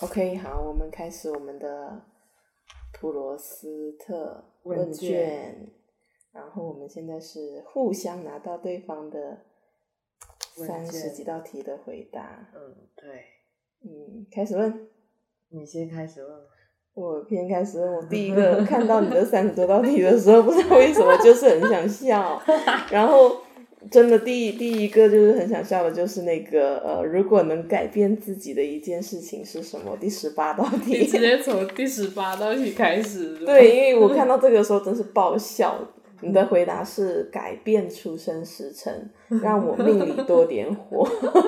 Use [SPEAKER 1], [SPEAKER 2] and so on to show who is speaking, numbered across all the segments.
[SPEAKER 1] OK，好，我们开始我们的普罗斯特
[SPEAKER 2] 问
[SPEAKER 1] 问
[SPEAKER 2] 卷
[SPEAKER 1] 卷。然后我们现在是互相拿到对方的
[SPEAKER 2] 问
[SPEAKER 1] 三十
[SPEAKER 2] 卷
[SPEAKER 1] 几道题的回答。
[SPEAKER 2] 嗯，对，
[SPEAKER 1] 嗯，开始问。
[SPEAKER 2] 你先开始问吧。
[SPEAKER 1] 我偏开始问，我第一个 看到你的三十多道题的时候，不知道为什么就是很想笑。然后，真的第一第一个就是很想笑的，就是那个呃，如果能改变自己的一件事情是什么？第十八道
[SPEAKER 3] 你直
[SPEAKER 1] 题。
[SPEAKER 3] 接从第十八道题开始。是吧，
[SPEAKER 1] 对，因为
[SPEAKER 3] 嗯
[SPEAKER 1] 我看到这个时候真是爆笑。你的回答是改变出生时 辰，让我命里多点火。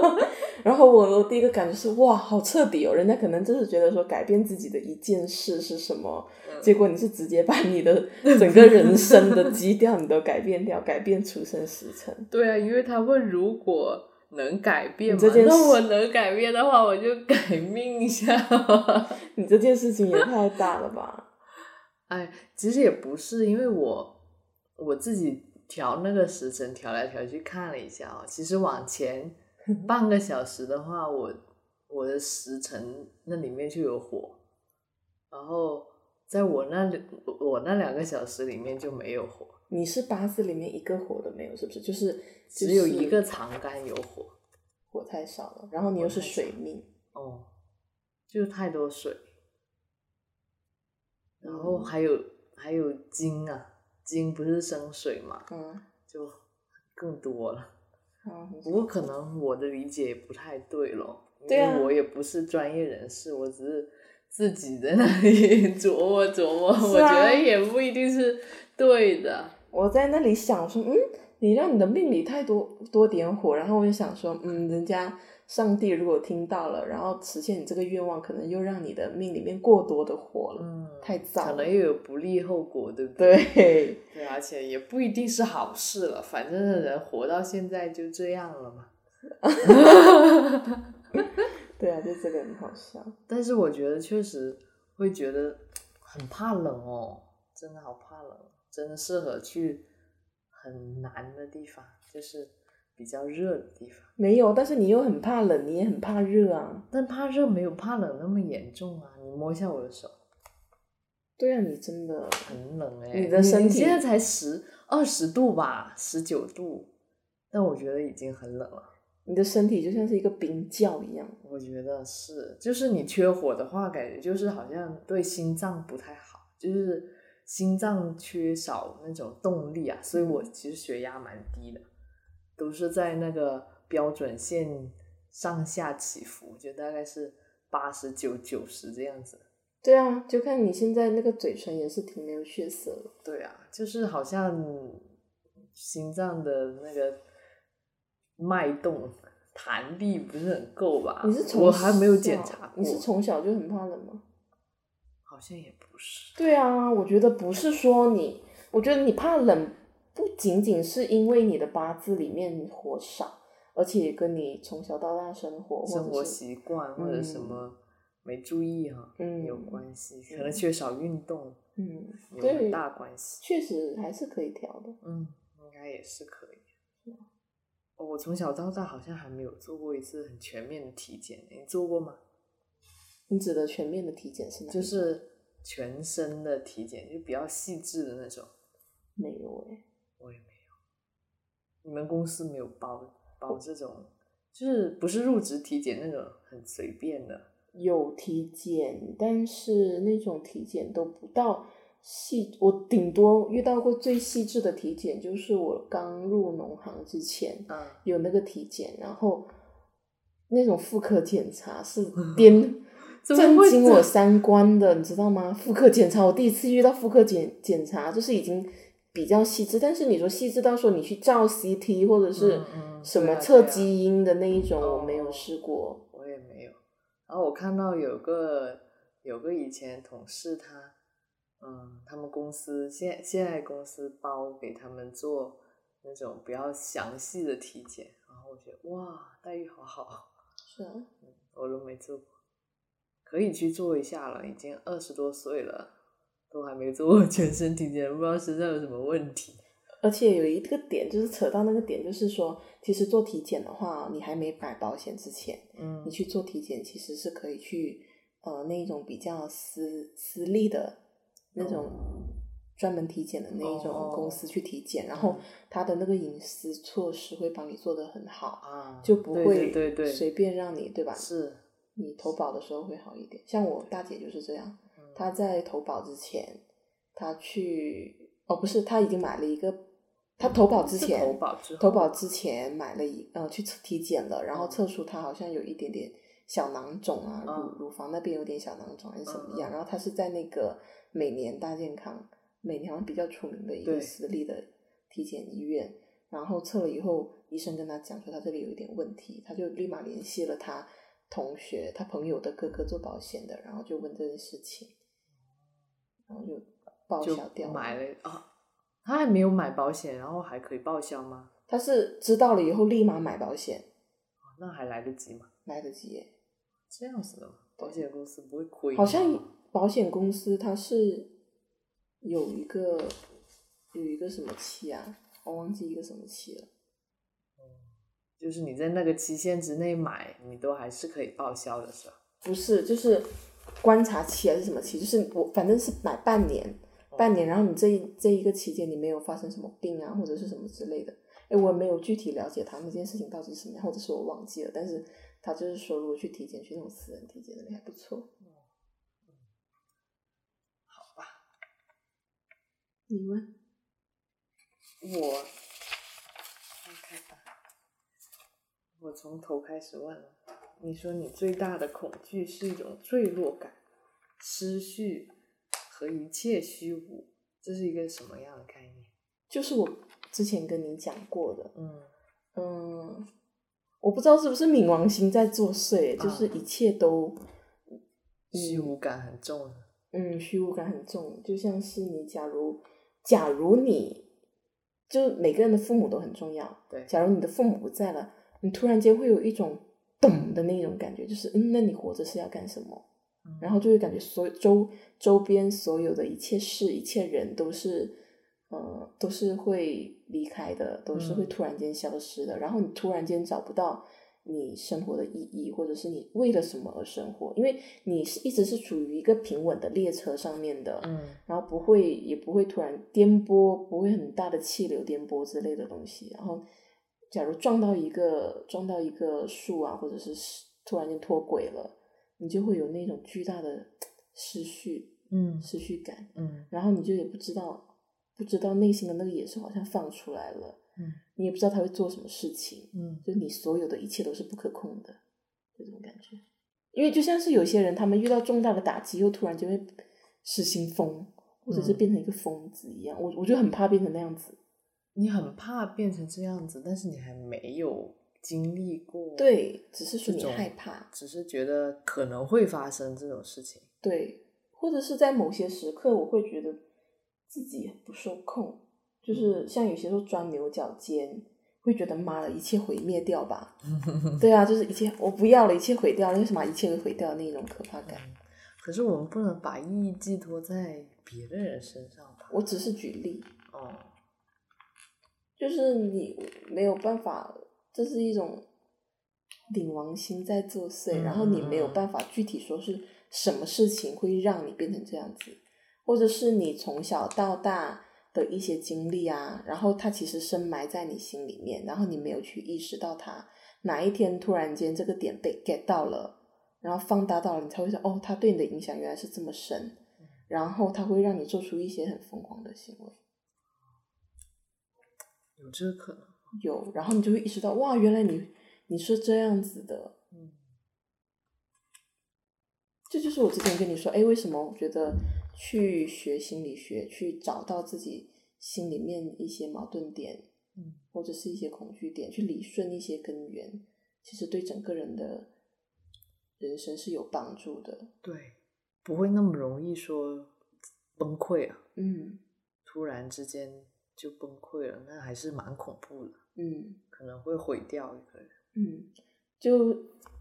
[SPEAKER 1] 然后我第一个感觉是哇，好彻底哦！人家可能就是觉得说改变自己的一件事是什么，
[SPEAKER 3] 嗯
[SPEAKER 1] 结果你是直接把你的整个人生的基调你都改变掉，改变出生时辰。
[SPEAKER 3] 对啊，因为他问如果能改变嘛
[SPEAKER 1] 你这件，事
[SPEAKER 3] 那我能改变的话，我就改命一下吧。
[SPEAKER 1] 你这件事情也太大了 吧？
[SPEAKER 3] 哎，其实也不是，因为我我自己调那个时辰调来调去看了一下哦，其实往 前半个小时的话，我我的时辰那里面就有火，然后在我那里我那两个小时里面就没有火，
[SPEAKER 1] 你是八字里面一个火都没有，是不是？就是、就是
[SPEAKER 3] 只有一个长干有火。
[SPEAKER 1] 火太少了，然后你又是水命，
[SPEAKER 3] 哦，就是太多水，然
[SPEAKER 1] 嗯
[SPEAKER 3] 后还有、还有金啊，金不是生水嘛，
[SPEAKER 1] 嗯，
[SPEAKER 3] 就更多了。
[SPEAKER 1] 啊，
[SPEAKER 3] 不过可能我的理解也不太对咯，因
[SPEAKER 1] 对啊
[SPEAKER 3] 为我也不是专业人士，我只是自己在那里 琢磨琢磨，
[SPEAKER 1] 是
[SPEAKER 3] 我
[SPEAKER 1] 啊
[SPEAKER 3] 觉得也不一定是对的。
[SPEAKER 1] 我在那里想说，嗯，你让你的命里太多多点火，然后我就想说，嗯，人家上帝如果听到了，然后实现你这个愿望，可能又让你的命里面过多的火了，
[SPEAKER 3] 嗯，
[SPEAKER 1] 太
[SPEAKER 3] 可
[SPEAKER 1] 早了
[SPEAKER 3] 能。又有不利后果，对不对？
[SPEAKER 1] 对，
[SPEAKER 3] 对，而且也不一定是好事了，反正人活到现在就这样了嘛。
[SPEAKER 1] 对啊，就这个很好笑。
[SPEAKER 3] 但是我觉得确实会觉得很怕冷哦，真的好怕冷，真的适合去很南的地方，就是比较热的地方。
[SPEAKER 1] 没有，但是你又很怕冷，你也很怕热啊。
[SPEAKER 3] 但怕热没有怕冷那么严重啊！你摸一下我的手，
[SPEAKER 1] 对啊，你真的
[SPEAKER 3] 很冷哎、
[SPEAKER 1] 你的身体
[SPEAKER 3] 你现在才十二十度吧，十九度，但我觉得已经很冷了。
[SPEAKER 1] 你的身体就像是一个冰窖一样。
[SPEAKER 3] 我觉得是，就是你缺火的话，感觉就是好像对心脏不太好，就是心脏缺少那种动力啊。所以
[SPEAKER 1] 嗯
[SPEAKER 3] 我其实血压蛮低的，都是在那个标准线上下起伏，就大概是八十九、九十这样子。
[SPEAKER 1] 对啊，就看你现在那个嘴唇也是挺没有血色的。
[SPEAKER 3] 对啊，就是好像心脏的那个脉动弹力不是很够吧？
[SPEAKER 1] 你是从
[SPEAKER 3] 我还没有
[SPEAKER 1] 小
[SPEAKER 3] 检查过，
[SPEAKER 1] 你是从小就很怕冷吗？
[SPEAKER 3] 好像也不是。
[SPEAKER 1] 对啊，我觉得不是说你，我觉得你怕冷不仅仅是因为你的八字里面火少，而且也跟你从小到大生活或者
[SPEAKER 3] 生活
[SPEAKER 1] 是
[SPEAKER 3] 习惯或者什
[SPEAKER 1] 嗯
[SPEAKER 3] 么没注意哈、
[SPEAKER 1] 嗯
[SPEAKER 3] 有关系，可能缺少运动
[SPEAKER 1] 嗯，
[SPEAKER 3] 有
[SPEAKER 1] 对
[SPEAKER 3] 很，大关系。
[SPEAKER 1] 确实还是可以调的。
[SPEAKER 3] 嗯，应该也是可以。
[SPEAKER 1] 啊
[SPEAKER 3] 哦我从小到大好像还没有做过一次很全面的体检，你做过吗？
[SPEAKER 1] 你指的全面的体检是哪一种？
[SPEAKER 3] 就是全身的体检，就比较细致的那种。
[SPEAKER 1] 没有哎、
[SPEAKER 3] 我也没有，你们公司没有包包这种，就是不是入职体检那种很随便的。
[SPEAKER 1] 有体检，但是那种体检都不到细，我顶多遇到过最细致的体检，就是我刚入农行之前
[SPEAKER 3] 嗯，
[SPEAKER 1] 有那个体检，然后那种妇科检查 是颠
[SPEAKER 3] 嗯怎么
[SPEAKER 1] 震
[SPEAKER 3] 会
[SPEAKER 1] 惊
[SPEAKER 3] 这
[SPEAKER 1] 我
[SPEAKER 3] 样
[SPEAKER 1] 三观的，你知道吗？妇科检查，我第一次遇到妇科检检查，就是已经比较细致，但是你说细致到说你去照 CT 或者是
[SPEAKER 3] 嗯嗯
[SPEAKER 1] 什
[SPEAKER 3] 对
[SPEAKER 1] 么
[SPEAKER 3] 啊
[SPEAKER 1] 测
[SPEAKER 3] 对啊
[SPEAKER 1] 基因的那一种，
[SPEAKER 3] 哦
[SPEAKER 1] 我没有试过。
[SPEAKER 3] 我也没有。然后我看到有个有个以前同事他，嗯，他们公司现现在公司包给他们做那种比较详细的体检，然后我觉得哇，待遇好好，嗯
[SPEAKER 1] 是啊，
[SPEAKER 3] 我都没做过，可以去做一下了，已经二十多岁了，都还没做过全身体检，不知道身上有什么问题。
[SPEAKER 1] 而且有一个点就是扯到那个点，就是说，其实做体检的话，你还没买保险之前，
[SPEAKER 3] 嗯
[SPEAKER 1] 你去做体检其实是可以去呃那一种比较私私立的那种专门体检的那一种
[SPEAKER 3] 哦嗯
[SPEAKER 1] 公司去体检，然后他的那个隐私措施会帮你做得很好，
[SPEAKER 3] 啊，
[SPEAKER 1] 就不会
[SPEAKER 3] 对对对
[SPEAKER 1] 随便让你对吧？
[SPEAKER 3] 是，
[SPEAKER 1] 你投保的时候会好一点。像我大姐就是这样，
[SPEAKER 3] 嗯
[SPEAKER 1] 她在投保之前，她去哦不是，她已经买了一个，她投保之
[SPEAKER 3] 是
[SPEAKER 1] 前
[SPEAKER 3] 投保之后
[SPEAKER 1] 投保之前买了一呃去测体检了，然后测出她好像有一点点小囊肿啊，
[SPEAKER 3] 嗯
[SPEAKER 1] 乳乳房那边有点小囊肿还是什么样，
[SPEAKER 3] 嗯嗯
[SPEAKER 1] 然后她是在那个每年大健康，每年好像比较出名的一个
[SPEAKER 3] 对
[SPEAKER 1] 私立的体检医院，然后测了以后，医生跟她讲说她这里有一点问题，她就立马联系了她同学、她朋友的哥哥做保险的，然后就问这件事情，然后就报
[SPEAKER 3] 就
[SPEAKER 1] 销掉了
[SPEAKER 3] 买了啊，他还没有买保险，然后还可以报销吗？
[SPEAKER 1] 她是知道了以后立马买保险，
[SPEAKER 3] 哦那还来得及吗？
[SPEAKER 1] 来得及耶。
[SPEAKER 3] 这样子的吗？保险公司不会亏吗，
[SPEAKER 1] 好像保险公司它是有一个有一个什么期啊，我忘记一个什么期了。
[SPEAKER 3] 就是你在那个期限之内买，你都还是可以报销的，是吧？
[SPEAKER 1] 不是，就是观察期还是什么期？就是我反正是买半年，半年，然后你这一这一个期间你没有发生什么病啊，或者是什么之类的。哎，我没有具体了解他那件事情到底是什么样，或者是我忘记了。但是他就是说，如果去体检，去那种私人体检那边还不错。好吧，你问。
[SPEAKER 3] 我看看啊，我从头开始问了。你说你最大的恐惧是一种坠落感、失序和一切虚无，这是一个什么样的概念？
[SPEAKER 1] 就是我之前跟你讲过的，
[SPEAKER 3] 嗯，
[SPEAKER 1] 嗯，我不知道是不是冥王星在作祟，就是一切都，
[SPEAKER 3] 虚无感很重的。
[SPEAKER 1] 嗯，虚无感很重，就像是你假如，假如你，就每个人的父母都很重要，
[SPEAKER 3] 对，
[SPEAKER 1] 假如你的父母不在了，你突然间会有一种懂的那种感觉，就是嗯，那你活着是要干什么？
[SPEAKER 3] 嗯
[SPEAKER 1] 然后就会感觉所有周周边所有的一切事、一切人都是，呃，都是会离开的，都是会
[SPEAKER 3] 嗯
[SPEAKER 1] 突然间消失的。然后你突然间找不到你生活的意义，或者是你为了什么而生活，因为你是一直是处于一个平稳的列车上面的，
[SPEAKER 3] 嗯
[SPEAKER 1] 然后不会也不会突然颠簸，不会很大的气流颠簸之类的东西。然后，假如撞到一个撞到一个树啊，或者是失突然间脱轨了，你就会有那种巨大的失序
[SPEAKER 3] 嗯
[SPEAKER 1] 失序感，
[SPEAKER 3] 嗯
[SPEAKER 1] 然后你就也不知道不知道内心的那个野兽好像放出来了，
[SPEAKER 3] 嗯，
[SPEAKER 1] 你也不知道它会做什么事情，
[SPEAKER 3] 嗯
[SPEAKER 1] 就你所有的一切都是不可控的，就这种感觉。因为就像是有些人，他们遇到重大的打击，又突然就会失心疯，或者是
[SPEAKER 3] 嗯
[SPEAKER 1] 变成一个疯子一样。我我就很怕变成那样子。
[SPEAKER 3] 你很怕变成这样子，但是你还没有经历过。，
[SPEAKER 1] 对，只是说
[SPEAKER 3] 这
[SPEAKER 1] 你
[SPEAKER 3] 种
[SPEAKER 1] 害怕，
[SPEAKER 3] 只是觉得可能会发生这种事情。
[SPEAKER 1] 对，或者是在某些时刻，我会觉得自己不受控，
[SPEAKER 3] 嗯
[SPEAKER 1] 就是像有些时候钻牛角尖，会觉得妈的一切毁灭掉 吧。对啊，就是一切我不要了，一切毁掉了，为什么把一切都毁掉的那种可怕感？
[SPEAKER 3] 可是我们不能把意义寄托在别的人身上吧？
[SPEAKER 1] 我只是举例，
[SPEAKER 3] 哦，
[SPEAKER 1] 就是你没有办法，这是一种冥王星在作祟，
[SPEAKER 3] 嗯
[SPEAKER 1] 然后你没有办法具体说是什么事情会让你变成这样子，或者是你从小到大的一些经历啊，然后它其实深埋在你心里面，然后你没有去意识到它，哪一天突然间这个点被 get 到了，然后放大到了，你才会说哦，它对你的影响原来是这么深，
[SPEAKER 3] 嗯
[SPEAKER 1] 然后它会让你做出一些很疯狂的行为。
[SPEAKER 3] 有这个可能。
[SPEAKER 1] 有，然后你就会意识到，哇，原来你你是这样子的。
[SPEAKER 3] 嗯
[SPEAKER 1] 这就是我之前跟你说，哎，为什么我觉得去学心理学，去找到自己心里面一些矛盾点，
[SPEAKER 3] 嗯，
[SPEAKER 1] 或者是一些恐惧点，去理顺一些根源，其实对整个人的人生是有帮助的。
[SPEAKER 3] 对，不会那么容易说崩溃啊，
[SPEAKER 1] 嗯
[SPEAKER 3] 突然之间就崩溃了，那还是蛮恐怖的，
[SPEAKER 1] 嗯。
[SPEAKER 3] 可能会毁掉一个人。
[SPEAKER 1] 嗯，就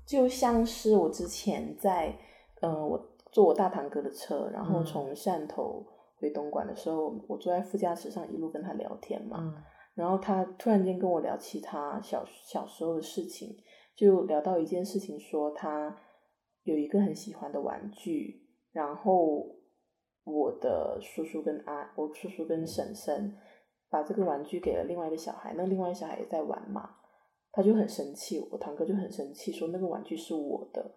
[SPEAKER 1] 就像是我之前在，呃，我坐我大堂哥的车，然后
[SPEAKER 3] 嗯
[SPEAKER 1] 从汕头回东莞的时候，我我坐在副驾驶上一路跟他聊天嘛，
[SPEAKER 3] 嗯
[SPEAKER 1] 然后他突然间跟我聊起他小小时候的事情，就聊到一件事情，说他有一个很喜欢的玩具，然后我的叔叔跟阿，我叔叔跟婶婶把这个玩具给了另外一个小孩，那另外一个小孩也在玩嘛，他就很生气，我堂哥就很生气，说那个玩具是我的。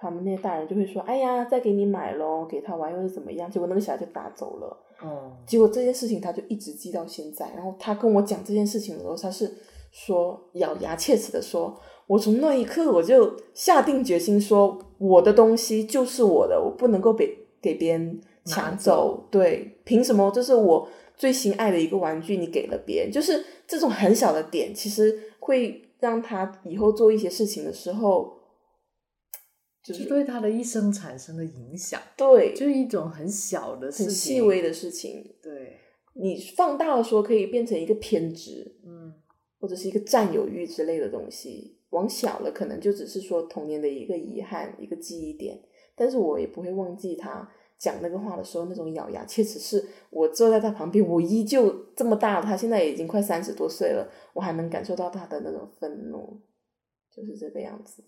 [SPEAKER 1] 他们那些大人就会说：“哎呀，再给你买咯，给他玩又是怎么样？”结果那个小孩就打走了。
[SPEAKER 2] 哦，
[SPEAKER 1] 结果这件事情他就一直记到现在。然后他跟我讲这件事情的时候，他是说咬牙切齿的说：“我从那一刻我就下定决心说，我的东西就是我的，我不能够被给别人抢
[SPEAKER 3] 拿
[SPEAKER 1] 走。
[SPEAKER 3] 走
[SPEAKER 1] 对，凭什么？这是我最心爱的一个玩具，你给了别人，就是这种很小的点，其实会让他以后做一些事情的时候，就
[SPEAKER 3] 就是对他的一生产生了影响，
[SPEAKER 1] 对，
[SPEAKER 3] 就是一种很小的事
[SPEAKER 1] 很
[SPEAKER 3] 情，
[SPEAKER 1] 细微的事情，
[SPEAKER 3] 对，
[SPEAKER 1] 你放大了说，可以变成一个偏执。
[SPEAKER 3] 嗯
[SPEAKER 1] 或者是一个占有欲之类的东西。往小了，可能就只是说童年的一个遗憾、一个记忆点，但是我也不会忘记他讲那个话的时候那种咬牙切齿。是我坐在他旁边，我依旧这么大了，他现在已经快三十多岁了，我还能感受到他的那种愤怒，就是这个样子。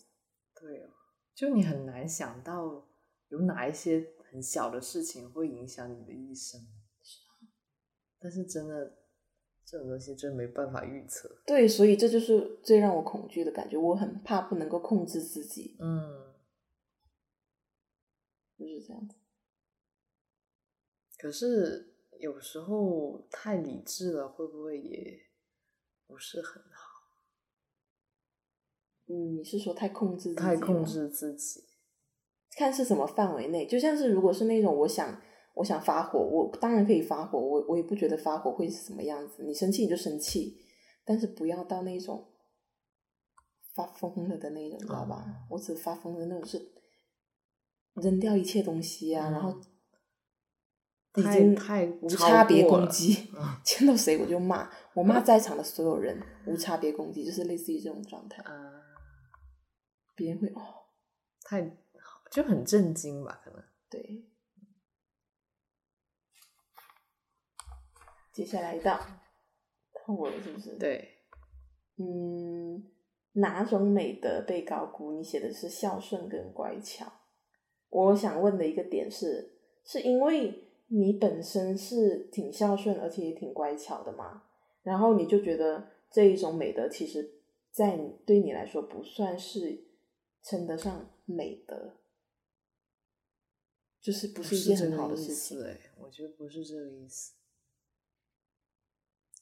[SPEAKER 3] 对哦，就你很难想到有哪一些很小的事情会影响你的一生，
[SPEAKER 1] 啊
[SPEAKER 3] 但是真的这种东西真没办法预测，
[SPEAKER 1] 对，所以这就是最让我恐惧的感觉，我很怕不能够控制自己，
[SPEAKER 3] 嗯，
[SPEAKER 1] 就是这样子。
[SPEAKER 3] 可是有时候太理智了，会不会也不是很好？
[SPEAKER 1] 嗯，你是说太控制自己？
[SPEAKER 3] 太控。制自己，
[SPEAKER 1] 看是什么范围内，就像是如果是那种我想我想发火，我当然可以发火，我我也不觉得发火会是什么样子。你生气你就生气，但是不要到那种发疯了的那种，你知道吧？
[SPEAKER 3] 哦
[SPEAKER 1] 我只发疯的那种是扔掉一切东西啊，
[SPEAKER 3] 嗯
[SPEAKER 1] 然后已
[SPEAKER 3] 太
[SPEAKER 1] 经
[SPEAKER 3] 太
[SPEAKER 1] 无
[SPEAKER 3] 超
[SPEAKER 1] 差别
[SPEAKER 3] 过
[SPEAKER 1] 攻
[SPEAKER 3] 了
[SPEAKER 1] 击，
[SPEAKER 3] 嗯
[SPEAKER 1] 见到谁我就骂， 我骂在场的所有人，无差别攻击，就是类似于这种状态，
[SPEAKER 3] 啊。
[SPEAKER 1] 别人会哦，
[SPEAKER 3] 太就很震惊吧，可能。
[SPEAKER 1] 对。接下来一道，换我了是不是？，
[SPEAKER 3] 对，
[SPEAKER 1] 嗯，哪种美德被高估？你写的是孝顺跟乖巧。我想问的一个点是，是因为你本身是挺孝顺，而且也挺乖巧的嘛，然后你就觉得这一种美德，其实在你对你来说不算是称得上美德，就是不
[SPEAKER 3] 不
[SPEAKER 1] 是一
[SPEAKER 3] 是
[SPEAKER 1] 件
[SPEAKER 3] 这
[SPEAKER 1] 很
[SPEAKER 3] 个
[SPEAKER 1] 好的
[SPEAKER 3] 意
[SPEAKER 1] 事情
[SPEAKER 3] 思。哎，我觉得不是这个意思。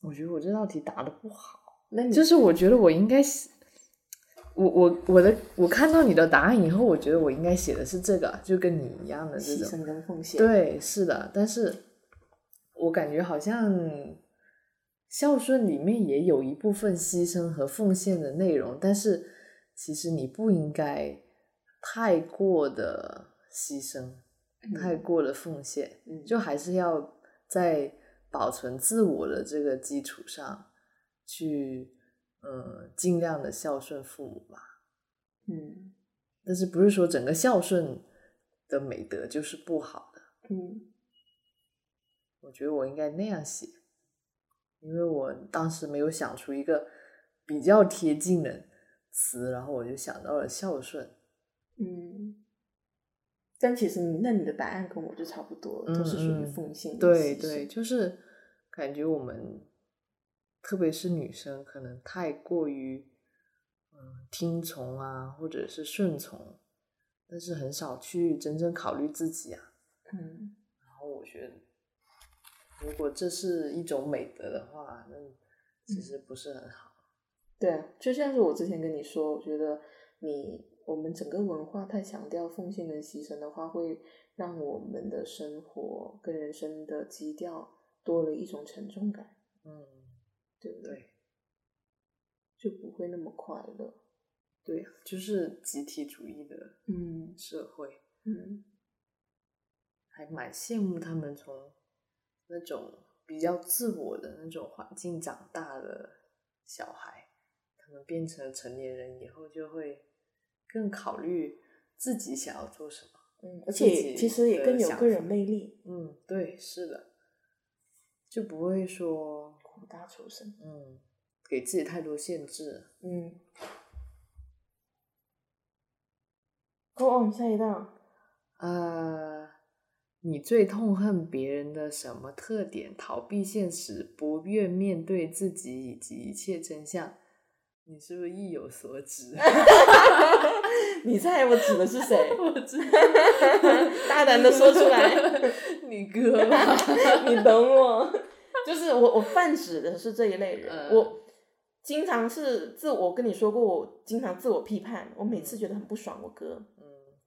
[SPEAKER 3] 我觉得我这道题答的不好，
[SPEAKER 1] 那你
[SPEAKER 3] 就是我觉得我应该写，我我我的我看到你的答案以后，我觉得我应该写的是这个，就跟你一样的这
[SPEAKER 1] 牺
[SPEAKER 3] 种。
[SPEAKER 1] 牲跟奉献，
[SPEAKER 3] 对，是的，但是我感觉好像孝顺里面也有一部分牺牲和奉献的内容，但是其实你不应该太过的牺牲，太过的奉献，
[SPEAKER 1] 嗯
[SPEAKER 3] 就还是要在保存自我的这个基础上去，嗯，尽量的孝顺父母吧。
[SPEAKER 1] 嗯
[SPEAKER 3] 但是不是说整个孝顺的美德就是不好的？
[SPEAKER 1] 嗯。
[SPEAKER 3] 我觉得我应该那样写，因为我当时没有想出一个比较贴近的词，然后我就想到了孝顺。
[SPEAKER 1] 嗯，但其实你那你的答案跟我就差不多，
[SPEAKER 3] 嗯
[SPEAKER 1] 都是属于
[SPEAKER 3] 嗯
[SPEAKER 1] 奉献、
[SPEAKER 3] 对对，，就是感觉我们，特别是女生，可能太过于嗯听从啊，或者是顺从，但是很少去真正考虑自己啊。
[SPEAKER 1] 嗯，
[SPEAKER 3] 然后我觉得，如果这是一种美德的话，那其实不是很好。
[SPEAKER 1] 对啊，就像是我之前跟你说，我觉得你我们整个文化太强调奉献跟牺牲的话，会让我们的生活跟人生的基调多了一种沉重感，
[SPEAKER 3] 嗯，
[SPEAKER 1] 对不
[SPEAKER 3] 对，
[SPEAKER 1] 就不会那么快乐。
[SPEAKER 3] 对，就是集体主义的
[SPEAKER 1] 嗯
[SPEAKER 3] 社会，
[SPEAKER 1] 嗯
[SPEAKER 3] 还蛮羡慕他们从那种比较自我的那种环境长大的小孩，他们变成成年人以后，就会更考虑自己想要做什么。
[SPEAKER 1] 嗯，而
[SPEAKER 3] 自
[SPEAKER 1] 且
[SPEAKER 3] 己
[SPEAKER 1] 其实也
[SPEAKER 3] 的
[SPEAKER 1] 更有
[SPEAKER 3] 想
[SPEAKER 1] 个人
[SPEAKER 3] 法
[SPEAKER 1] 魅力，
[SPEAKER 3] 嗯，对，是的，就不会说
[SPEAKER 1] 苦大仇深。
[SPEAKER 3] 嗯给自己太多限制。
[SPEAKER 1] 嗯，哦哦，下一道，
[SPEAKER 3] 呃，你最痛恨别人的什么特点？逃避现实，不愿面对自己以及一切真相。你是不是意有所指？
[SPEAKER 1] 你猜我指的是谁？
[SPEAKER 3] 我知道，
[SPEAKER 1] 大胆的说出来，，
[SPEAKER 3] 你哥吧？
[SPEAKER 1] 你懂我。 呃就是我，我泛指的是这一类人。
[SPEAKER 3] 嗯
[SPEAKER 1] 我经常是自我，我跟你说过，我经常自我批判。我每次觉得很不爽我哥，
[SPEAKER 3] 嗯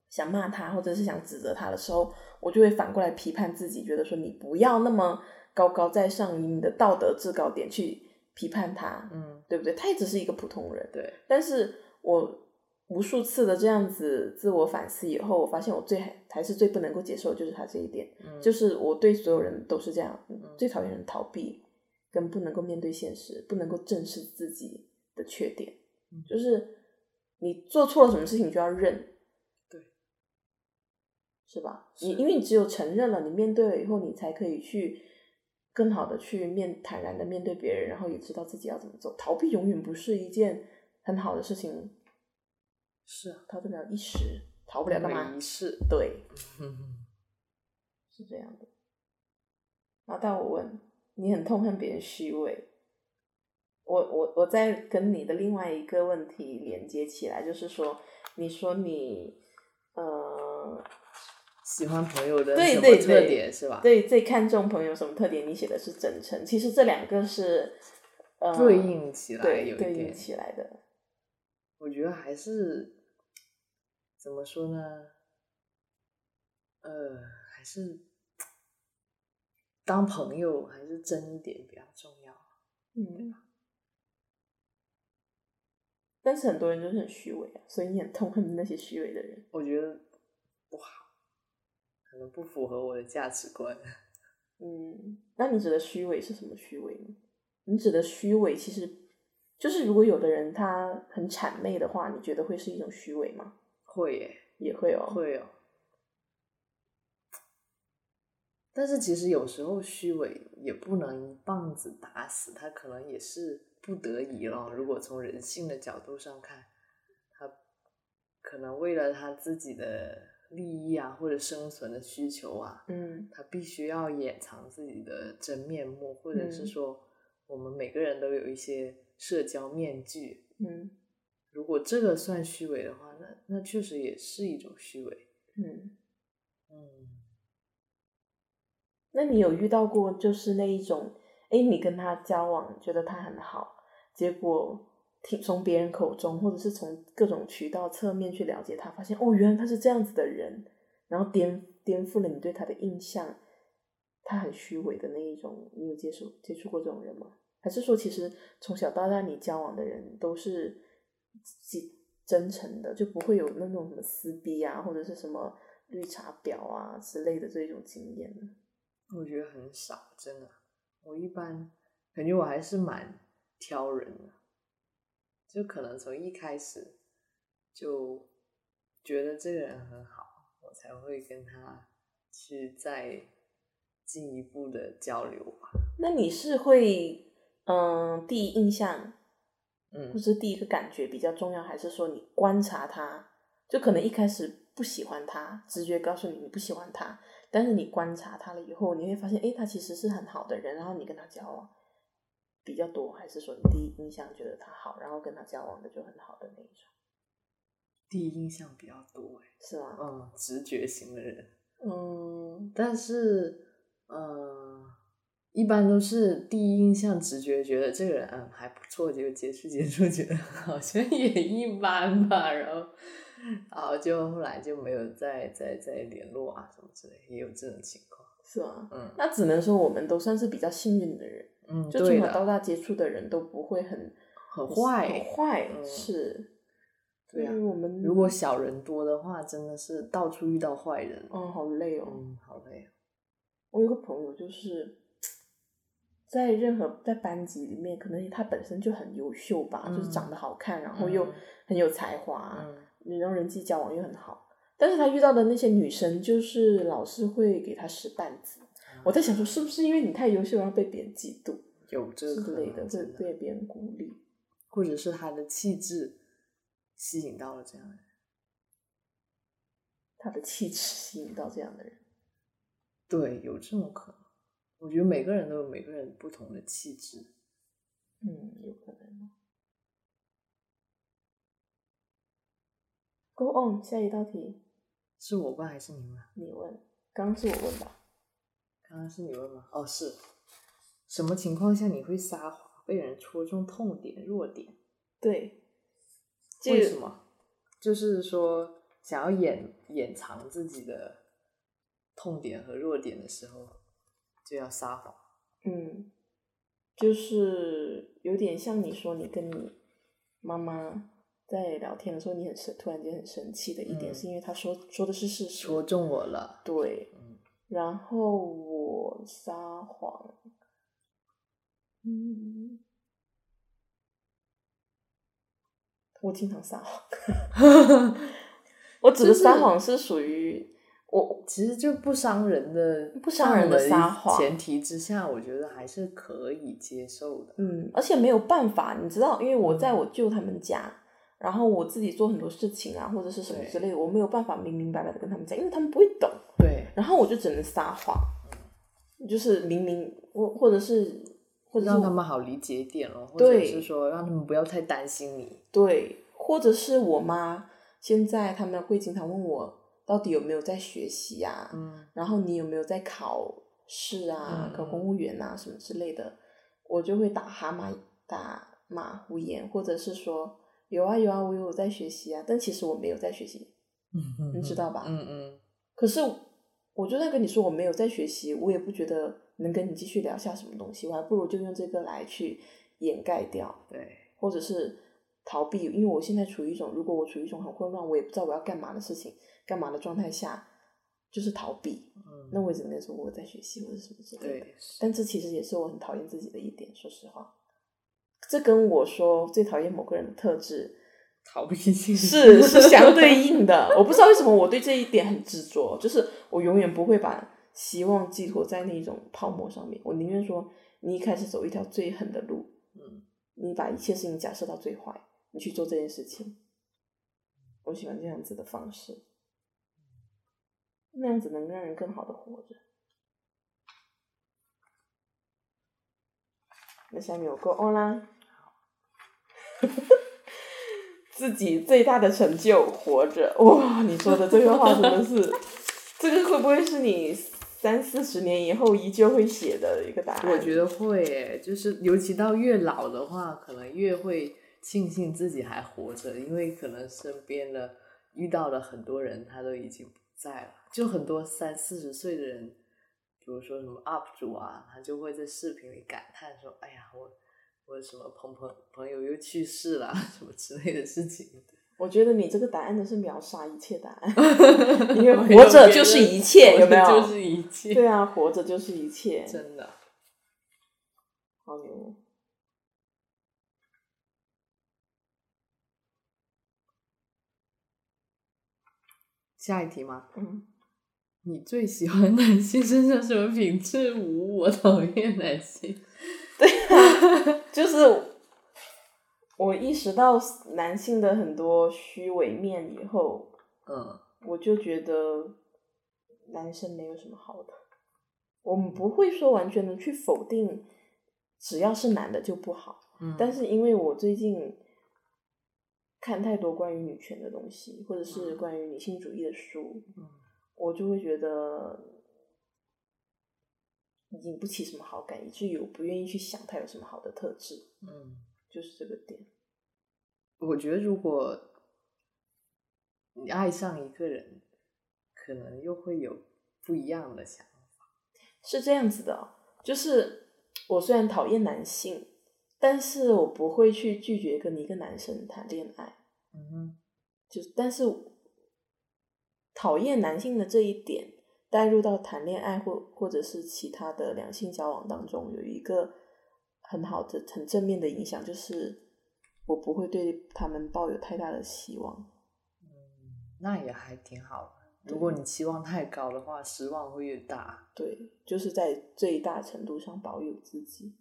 [SPEAKER 1] 想骂他或者是想指责他的时候，我就会反过来批判自己，觉得说你不要那么高高在上，以你的道德制高点去批判他，
[SPEAKER 3] 嗯，
[SPEAKER 1] 对不对？他也只是一个普通人。
[SPEAKER 3] 对，
[SPEAKER 1] 但是我无数次的这样子自我反思以后，我发现我最还还是最不能够接受的就是他这一点，
[SPEAKER 3] 嗯
[SPEAKER 1] 就是我对所有人都是这样，最讨厌人逃避，跟不能够面对现实，不能够正视自己的缺点
[SPEAKER 3] 嗯，
[SPEAKER 1] 就是你做错了什么事情你就要认，
[SPEAKER 3] 对，
[SPEAKER 1] 是吧？
[SPEAKER 3] 是
[SPEAKER 1] 你因为你只有承认了，你面对了以后，你才可以去。更好的去面坦然的面对别人，然后也知道自己要怎么做。逃避永远不是一件很好的事情，
[SPEAKER 3] 是啊，
[SPEAKER 1] 逃得了一时，逃不了干嘛
[SPEAKER 3] 仪？式，
[SPEAKER 1] 对，
[SPEAKER 3] 嗯
[SPEAKER 1] 是这样的。然后到我问你很痛恨别人虚伪，我我我再跟你的另外一个问题连接起来，就是说，你说你呃
[SPEAKER 3] 喜欢朋友的
[SPEAKER 1] 对
[SPEAKER 3] 什
[SPEAKER 1] 对
[SPEAKER 3] 么特
[SPEAKER 1] 对
[SPEAKER 3] 点是吧？
[SPEAKER 1] 对最看重朋友什么特点？你写的是真诚，其实这两个是呃
[SPEAKER 3] 对应起来
[SPEAKER 1] 对
[SPEAKER 3] 有一
[SPEAKER 1] 对应
[SPEAKER 3] 点，
[SPEAKER 1] 起来的，
[SPEAKER 3] 我觉得还是怎么说呢？呃，还是当朋友还是真一点比较重要。
[SPEAKER 1] 嗯。但是很多人就是很虚伪啊，所以你很痛恨那些虚伪的人。
[SPEAKER 3] 我觉得不好，可能不符合我的价值观。
[SPEAKER 1] 嗯，那你指的虚伪是什么虚伪呢？你指的虚伪其实就是，如果有的人他很谄媚的话，你觉得会是一种虚伪吗？
[SPEAKER 3] 会耶，
[SPEAKER 1] 也会哦。
[SPEAKER 3] 会哦。但是其实有时候虚伪也不能一棒子打死，他可能也是不得已咯。如果从人性的角度上看，他可能为了他自己的利益啊，或者生存的需求啊，
[SPEAKER 1] 嗯
[SPEAKER 3] 他必须要掩藏自己的真面目，或者是
[SPEAKER 1] 嗯
[SPEAKER 3] 说，我们每个人都有一些社交面具。
[SPEAKER 1] 嗯
[SPEAKER 3] 如果这个算虚伪的话，那那确实也是一种虚伪。
[SPEAKER 1] 嗯。
[SPEAKER 3] 嗯。
[SPEAKER 1] 那你有遇到过就是那一种，哎，你跟他交往，觉得他很好，结果听从别人口中，或者是从各种渠道侧面去了解他，发现哦，原来他是这样子的人，然后颠颠覆了你对他的印象，他很虚伪的那一种，你有接触接触过这种人吗？还是说，其实从小到大你交往的人都是几真诚的，就不会有那种什么撕逼啊，或者是什么绿茶婊啊之类的这种经验呢？
[SPEAKER 3] 我觉得很少，真的。我一般感觉我还是蛮挑人的，就可能从一开始就觉得这个人很好，我才会跟他去再进一步的交流吧。
[SPEAKER 1] 那你是会，嗯，第一印象或
[SPEAKER 3] 嗯，
[SPEAKER 1] 是第一个感觉比较重要，还是说你观察他？就可能一开始不喜欢他，直觉告诉你你不喜欢他，但是你观察他了以后，你会发现，诶，他其实是很好的人，然后你跟他交往比较多，还是说你第一印象觉得他好，然后跟他交往的就很好的那一种，
[SPEAKER 3] 第一印象比较多哎，
[SPEAKER 1] 是吗？
[SPEAKER 3] 嗯，直觉型的人，
[SPEAKER 1] 嗯
[SPEAKER 3] 但是，呃，一般都是第一印象直觉觉得这个人嗯还不错，结果接触接触觉得好像也一般吧，然后，然后就后来就没有再再再联络啊什么之类，也有这种情况。
[SPEAKER 1] 是吗？
[SPEAKER 3] 嗯
[SPEAKER 1] 那只能说我们都算是比较幸运的人，
[SPEAKER 3] 嗯，
[SPEAKER 1] 就从
[SPEAKER 3] 对
[SPEAKER 1] 小到
[SPEAKER 3] 的，
[SPEAKER 1] 大接触的人都不会很
[SPEAKER 3] 很
[SPEAKER 1] 很
[SPEAKER 3] 坏。
[SPEAKER 1] 坏、
[SPEAKER 3] 嗯
[SPEAKER 1] 是。
[SPEAKER 3] 对啊
[SPEAKER 1] 所以我们
[SPEAKER 3] 如果小人多的话，真的是到处遇到坏人。
[SPEAKER 1] 哦，好累哦。
[SPEAKER 3] 嗯，好累啊。
[SPEAKER 1] 我有个朋友就是在任何在班级里面，可能他本身就很优秀吧，
[SPEAKER 3] 嗯
[SPEAKER 1] 就是长得好看，然后又很有才华，
[SPEAKER 3] 嗯
[SPEAKER 1] 然后人际交往又很好。但是他遇到的那些女生，就是老是会给他使绊子。
[SPEAKER 3] 嗯
[SPEAKER 1] 我在想说，是不是因为你太优秀，然后被别人嫉妒
[SPEAKER 3] 有这
[SPEAKER 1] 之
[SPEAKER 3] 个
[SPEAKER 1] 类的，会
[SPEAKER 3] 真的，
[SPEAKER 1] 被别人孤立？
[SPEAKER 3] 或者是他的气质吸引到了这样的人。
[SPEAKER 1] 他的气质吸引到这样的人。
[SPEAKER 3] 对，有这种可能。我觉得每个人都有每个人不同的气质。
[SPEAKER 1] 嗯，有可能。Go on，下一道题
[SPEAKER 3] 是我问还是你问？
[SPEAKER 1] 你问，刚是我问吧？
[SPEAKER 3] 刚刚是你问吗？哦，是。什么情况下你会撒谎？被人戳中痛点、弱点？
[SPEAKER 1] 对，这
[SPEAKER 3] 为什么？就是说，想要掩掩藏自己的痛点和弱点的时候，就要撒谎。
[SPEAKER 1] 嗯，就是有点像你说你跟你妈妈在聊天的时候，你很生，突然间很生气的一点，
[SPEAKER 3] 嗯
[SPEAKER 1] 是因为她说说的是事实，
[SPEAKER 3] 戳中我了，
[SPEAKER 1] 对，
[SPEAKER 3] 嗯，
[SPEAKER 1] 然后我撒谎，嗯，我经常撒谎， 我指的撒谎是属于我，
[SPEAKER 3] 其实就不伤人的
[SPEAKER 1] 不伤人的撒谎
[SPEAKER 3] 范围前提之下，我觉得还是可以接受的。
[SPEAKER 1] 嗯，而且没有办法，你知道，因为我在我舅他们家，然后我自己做很多事情啊，或者是什么之类的，我没有办法明明白白的跟他们讲，因为他们不会懂，
[SPEAKER 3] 对，
[SPEAKER 1] 然后我就只能撒谎，就是明明我或者是或者是
[SPEAKER 3] 让他
[SPEAKER 1] 我
[SPEAKER 3] 们好理解一点咯，或者
[SPEAKER 1] 对
[SPEAKER 3] 是说让他们不要太担心你。
[SPEAKER 1] 对，或者是我妈，现在他们会经常问我到底有没有在学习啊，
[SPEAKER 3] 嗯，
[SPEAKER 1] 然后你有没有在考试啊、
[SPEAKER 3] 嗯
[SPEAKER 1] 考公务员啊什么之类的，我就会打哈马打马虎眼，或者是说有啊有啊，我有在学习啊，但其实我没有在学习。你知道吧
[SPEAKER 3] 嗯嗯，
[SPEAKER 1] 可是我就算跟你说我没有在学习，我也不觉得能跟你继续聊下什么东西，我还不如就用这个来去掩盖掉。
[SPEAKER 3] 对，
[SPEAKER 1] 或者是逃避，因为我现在处于一种，如果我处于一种很混乱，我也不知道我要干嘛的事情，干嘛的状态下，就是逃避。
[SPEAKER 3] 嗯，
[SPEAKER 1] 那我也只能说我在学习或者什么之类的。
[SPEAKER 3] 对，
[SPEAKER 1] 但这其实也是我很讨厌自己的一点，说实话。这跟我说最讨厌某个人的特质
[SPEAKER 3] 逃避 性
[SPEAKER 1] 是是相对应的。我不知道为什么我对这一点很执着，就是我永远不会把希望寄托在那种泡沫上面，我宁愿说你一开始走一条最狠的路，
[SPEAKER 3] 嗯，
[SPEAKER 1] 你把一切事情假设到最坏，你去做这件事情。我喜欢这样子的方式，那样子能让人更好的活着。那下面我 go on 啦，自己最大的成就活着。哇，你说的这个话真的是，这个会不会是你三四十年以后依旧会写的一个答案？
[SPEAKER 3] 我觉得会诶，就是尤其到越老的话，可能越会庆幸自己还活着，因为可能身边的遇到了很多人，他都已经不在了。就很多三四十岁的人，比如说什么 UP 主啊，他就会在视频里感叹说：“哎呀，我我什么朋朋朋友又去世了， 什么之类的事情。
[SPEAKER 1] 我觉得你这个答案真是秒杀一切答 案，因为活着就是一切，有没有？
[SPEAKER 3] 活着就是一切，
[SPEAKER 1] 对啊，活着就是一切，
[SPEAKER 3] 真的。
[SPEAKER 1] 好牛哦！
[SPEAKER 3] 下一题吗？
[SPEAKER 1] 嗯，
[SPEAKER 3] 你最喜欢男性身上什么品质？五，我讨厌男性。
[SPEAKER 1] 就是我意识到男性的很多虚伪面以后，
[SPEAKER 3] 嗯，
[SPEAKER 1] 我就觉得男生没有什么好的。我们不会说完全的去否定，只要是男的就不好。
[SPEAKER 3] 嗯
[SPEAKER 1] 但是因为我最近看太多关于女权的东西，或者是
[SPEAKER 3] 嗯
[SPEAKER 1] 关于女性主义的书，
[SPEAKER 3] 嗯
[SPEAKER 1] 我就会觉得引不起什么好感，以至于我不愿意去想他有什么好的特质，
[SPEAKER 3] 嗯，
[SPEAKER 1] 就是这个点。
[SPEAKER 3] 我觉得如果你爱上一个人，可能又会有不一样的想法。
[SPEAKER 1] 是这样子的哦，就是我虽然讨厌男性，但是我不会去拒绝跟一个男生谈恋爱。
[SPEAKER 3] 嗯哼，
[SPEAKER 1] 就但是讨厌男性的这一点带入到谈恋爱或或者是其他的两性交往当中，有一个很好的、很正面的影响，就是我不会对他们抱有太大的希望。
[SPEAKER 3] 嗯那也还挺好的。如果你期望太高的话，失望会越大。
[SPEAKER 1] 对，就是在最大程度上保有自己。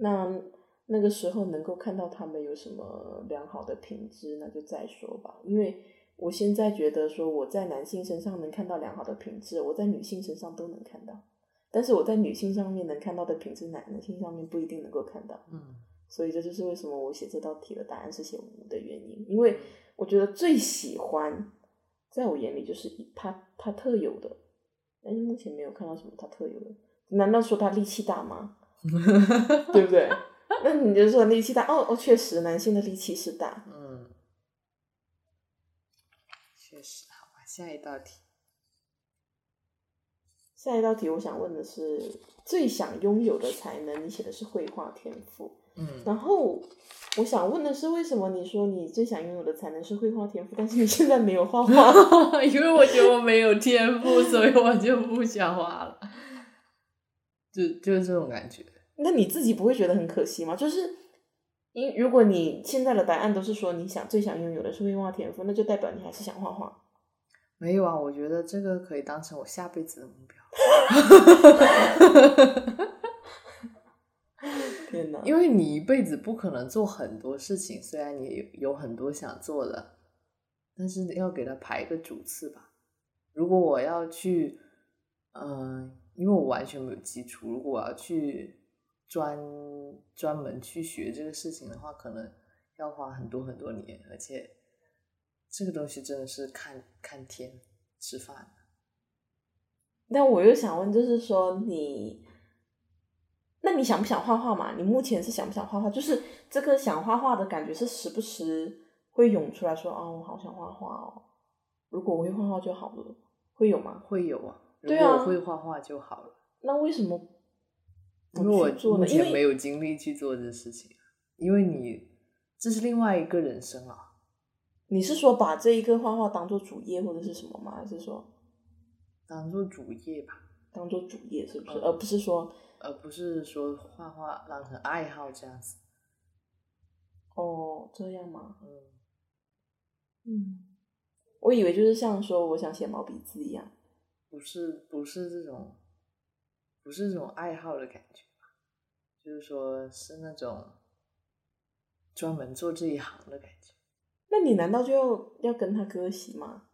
[SPEAKER 1] 那那个时候能够看到他们有什么良好的品质，那就再说吧。因为我现在觉得说我在男性身上能看到良好的品质，我在女性身上都能看到，但是我在女性上面能看到的品质，男性上面不一定能够看到。
[SPEAKER 3] 嗯，
[SPEAKER 1] 所以这就是为什么我写这道题的答案是写无的原因，因
[SPEAKER 3] 嗯
[SPEAKER 1] 为我觉得最喜欢，在我眼里就是一他他特有的，但是目前没有看到什么他特有的。难道说他力气大吗？对不对？那你就说力气大哦哦，确实男性的力气是大，
[SPEAKER 3] 嗯，确实，好吧，下一道题，
[SPEAKER 1] 下一道题我想问的是，最想拥有的才能，你写的是绘画天赋。
[SPEAKER 3] 嗯，
[SPEAKER 1] 然后我想问的是，为什么你说你最想拥有的才能是绘画天赋，但是你现在没有画画？
[SPEAKER 3] 因为我觉得我没有天赋，所以我就不想画了，就就是这种感觉，
[SPEAKER 1] 那你自己不会觉得很可惜吗？就是因如果你现在的答案都是说你想最想拥有的是绘画天赋，那就代表你还是想画画。
[SPEAKER 3] 没有啊，我觉得这个可以当成我下辈子的目标，
[SPEAKER 1] 天哪！
[SPEAKER 3] 因为你一辈子不可能做很多事情，虽然你有有很多想做的，但是要给它排个主次吧。如果我要去，嗯、因为我完全没有基础，如果我要去专专门去学这个事情的话，可能要花很多很多年，而且这个东西真的是看看天吃饭。
[SPEAKER 1] 但我又想问，就是说你，那你想不想画画嘛？你目前是想不想画画？就是这个想画画的感觉是时不时会涌出来说，哦，我好想画画哦。如果我会画画就好了，会有吗？
[SPEAKER 3] 会有啊，如
[SPEAKER 1] 对
[SPEAKER 3] 果
[SPEAKER 1] 啊
[SPEAKER 3] 我会画画就好了，
[SPEAKER 1] 那为什么不
[SPEAKER 3] 因为
[SPEAKER 1] 去
[SPEAKER 3] 我
[SPEAKER 1] 做
[SPEAKER 3] 目
[SPEAKER 1] 呢？因
[SPEAKER 3] 前
[SPEAKER 1] 为
[SPEAKER 3] 没有精力去做这事情，啊因为你这是另外一个人生啊。
[SPEAKER 1] 你是说把这一个画画当做主业或者是什么吗？还是说
[SPEAKER 3] 当做主业吧，
[SPEAKER 1] 当做主业是不是？
[SPEAKER 3] 嗯
[SPEAKER 1] 而不是说
[SPEAKER 3] 而不是说画画当成爱好这样子。
[SPEAKER 1] 哦这样吗？
[SPEAKER 3] 嗯，
[SPEAKER 1] 嗯，我以为就是像说我想写毛笔字一样。
[SPEAKER 3] 不是不是这种，不是这种爱好的感觉吧，就是说是那种专门做这一行的感觉。
[SPEAKER 1] 那你难道就要要跟他割席吗？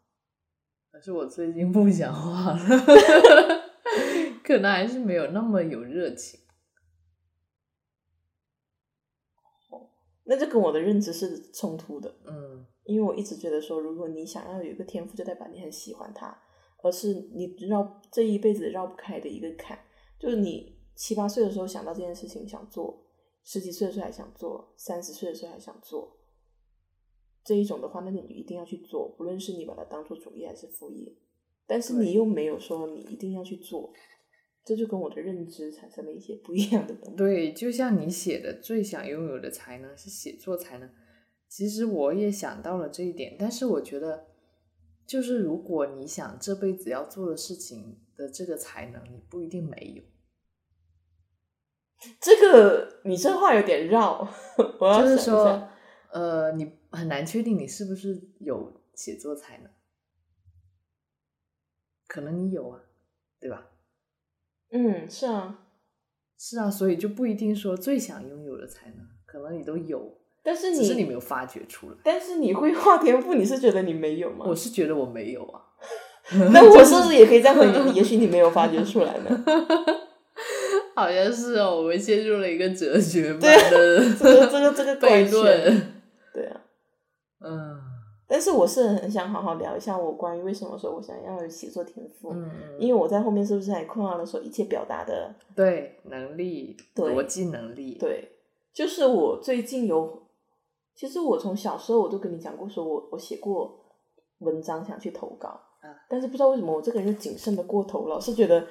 [SPEAKER 3] 可是我最近不想画了， 可能还是没有那么有热情。
[SPEAKER 1] 那就跟我的认知是冲突的，
[SPEAKER 3] 嗯
[SPEAKER 1] 因为我一直觉得说，如果你想要有一个天赋，就代表你很喜欢它，而是你绕这一辈子绕不开的一个坎。就是你七八岁的时候想到这件事情想做，十几岁的时候还想做，三十岁的时候还想做，这一种的话，那你一定要去做，不论是你把它当做主业还是副业，但是
[SPEAKER 3] 对
[SPEAKER 1] 你又没有说你一定要去做，这就跟我的认知产生了一些不一样的东西。
[SPEAKER 3] 对，就像你写的，最想拥有的才能是写作才能。其实我也想到了这一点，但是我觉得，就是如果你想这辈子要做的事情的这个才能，你不一定没有。
[SPEAKER 1] 这个你这话有点绕， 我要
[SPEAKER 3] 就是
[SPEAKER 1] 哦想一下
[SPEAKER 3] 说，呃，你很难确定你是不是有写作才能，可能你有啊，对吧？
[SPEAKER 1] 嗯，是啊。
[SPEAKER 3] 是啊，所以就不一定说最想拥有的才能，可能你都有，
[SPEAKER 1] 但是
[SPEAKER 3] 只
[SPEAKER 1] 你，
[SPEAKER 3] 是你没有发掘出来。
[SPEAKER 1] 但是你会画天赋，你是觉得你没有吗？
[SPEAKER 3] 我是觉得我没有啊。
[SPEAKER 1] 那我是不是也可以这样回你？也许你没有发掘出来呢。
[SPEAKER 3] 好像是哦，我们陷入了一个哲学般
[SPEAKER 1] 对这个
[SPEAKER 3] 的
[SPEAKER 1] 这个这个怪
[SPEAKER 3] 悖
[SPEAKER 1] 圈，
[SPEAKER 3] 论。
[SPEAKER 1] 对啊。
[SPEAKER 3] 嗯
[SPEAKER 1] 但是我是很想好好聊一下我关于为什么说我想要有写作天赋，
[SPEAKER 3] 嗯，
[SPEAKER 1] 因为我在后面是不是还困惑了说一切表达的
[SPEAKER 3] 对能力、
[SPEAKER 1] 对
[SPEAKER 3] 逻辑能力，
[SPEAKER 1] 对，就是我最近有，其实我从小时候我就跟你讲过，说我我写过文章想去投稿，
[SPEAKER 3] 啊
[SPEAKER 1] 但是不知道为什么我这个人就谨慎的过头了，是觉得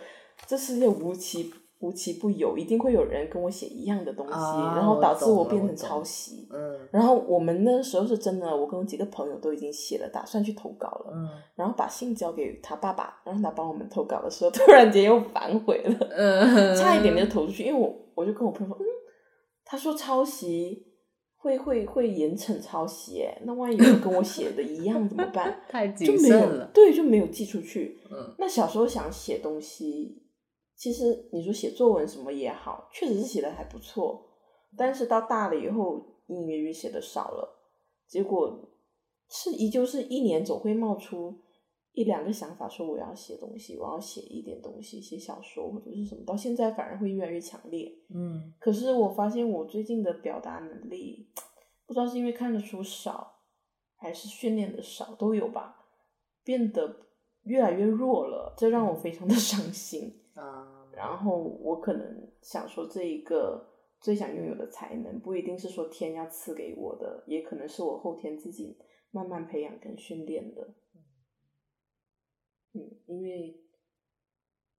[SPEAKER 1] 这世界无奇无奇不有，一定会有人跟我写一样的东西，
[SPEAKER 3] 啊
[SPEAKER 1] 然后
[SPEAKER 3] 我
[SPEAKER 1] 导致
[SPEAKER 3] 懂
[SPEAKER 1] 我
[SPEAKER 3] 了
[SPEAKER 1] 变
[SPEAKER 3] 我
[SPEAKER 1] 成
[SPEAKER 3] 懂
[SPEAKER 1] 抄袭。
[SPEAKER 3] 嗯
[SPEAKER 1] 然后我们那时候是真的，我跟我几个朋友都已经写了，打算去投稿了，
[SPEAKER 3] 嗯
[SPEAKER 1] 然后把信交给他爸爸，让他帮我们投稿的时候，突然间又反悔了。
[SPEAKER 3] 嗯？
[SPEAKER 1] 差一点点就投出去，因为我我就跟我朋友说，嗯，他说抄袭会会会严惩抄袭，哎，那万一有人跟我写的一样怎么办
[SPEAKER 3] 太
[SPEAKER 1] 就
[SPEAKER 3] 谨
[SPEAKER 1] 没
[SPEAKER 3] 慎
[SPEAKER 1] 有
[SPEAKER 3] 了，
[SPEAKER 1] 对，就没有寄出去。
[SPEAKER 3] 嗯
[SPEAKER 1] 那小时候想写东西，其实你说写作文什么也好，确实是写的还不错，但是到大了以后，隐隐约约写的少了，结果是依旧是一年总会冒出一两个想法，说我要写东西，我要写一点东西，写小说或者是什么，到现在反而会越来越强烈。
[SPEAKER 3] 嗯
[SPEAKER 1] 可是我发现我最近的表达能力，不知道是因为看的书少，还是训练的少，都有吧，变得越来越弱了，这让我非常的 伤心。
[SPEAKER 3] 啊，
[SPEAKER 1] 然后我可能想说，这一个最想拥有的才能，不一定是说天要赐给我的，也可能是我后天自己慢慢培养跟训练的。嗯，因为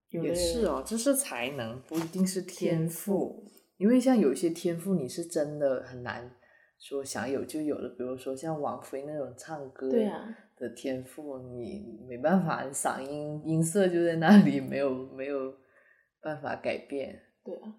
[SPEAKER 1] 有的
[SPEAKER 3] 也
[SPEAKER 1] 人
[SPEAKER 3] 是哦，这是才能，不一定是
[SPEAKER 1] 天
[SPEAKER 3] 天赋。因为像有些天赋，你是真的很难说想有就有了。比如说像王菲那种唱歌
[SPEAKER 1] 对啊，
[SPEAKER 3] 的天赋，你没办法，你嗓音音色就在那里，没有没有办法改变。
[SPEAKER 1] 对啊。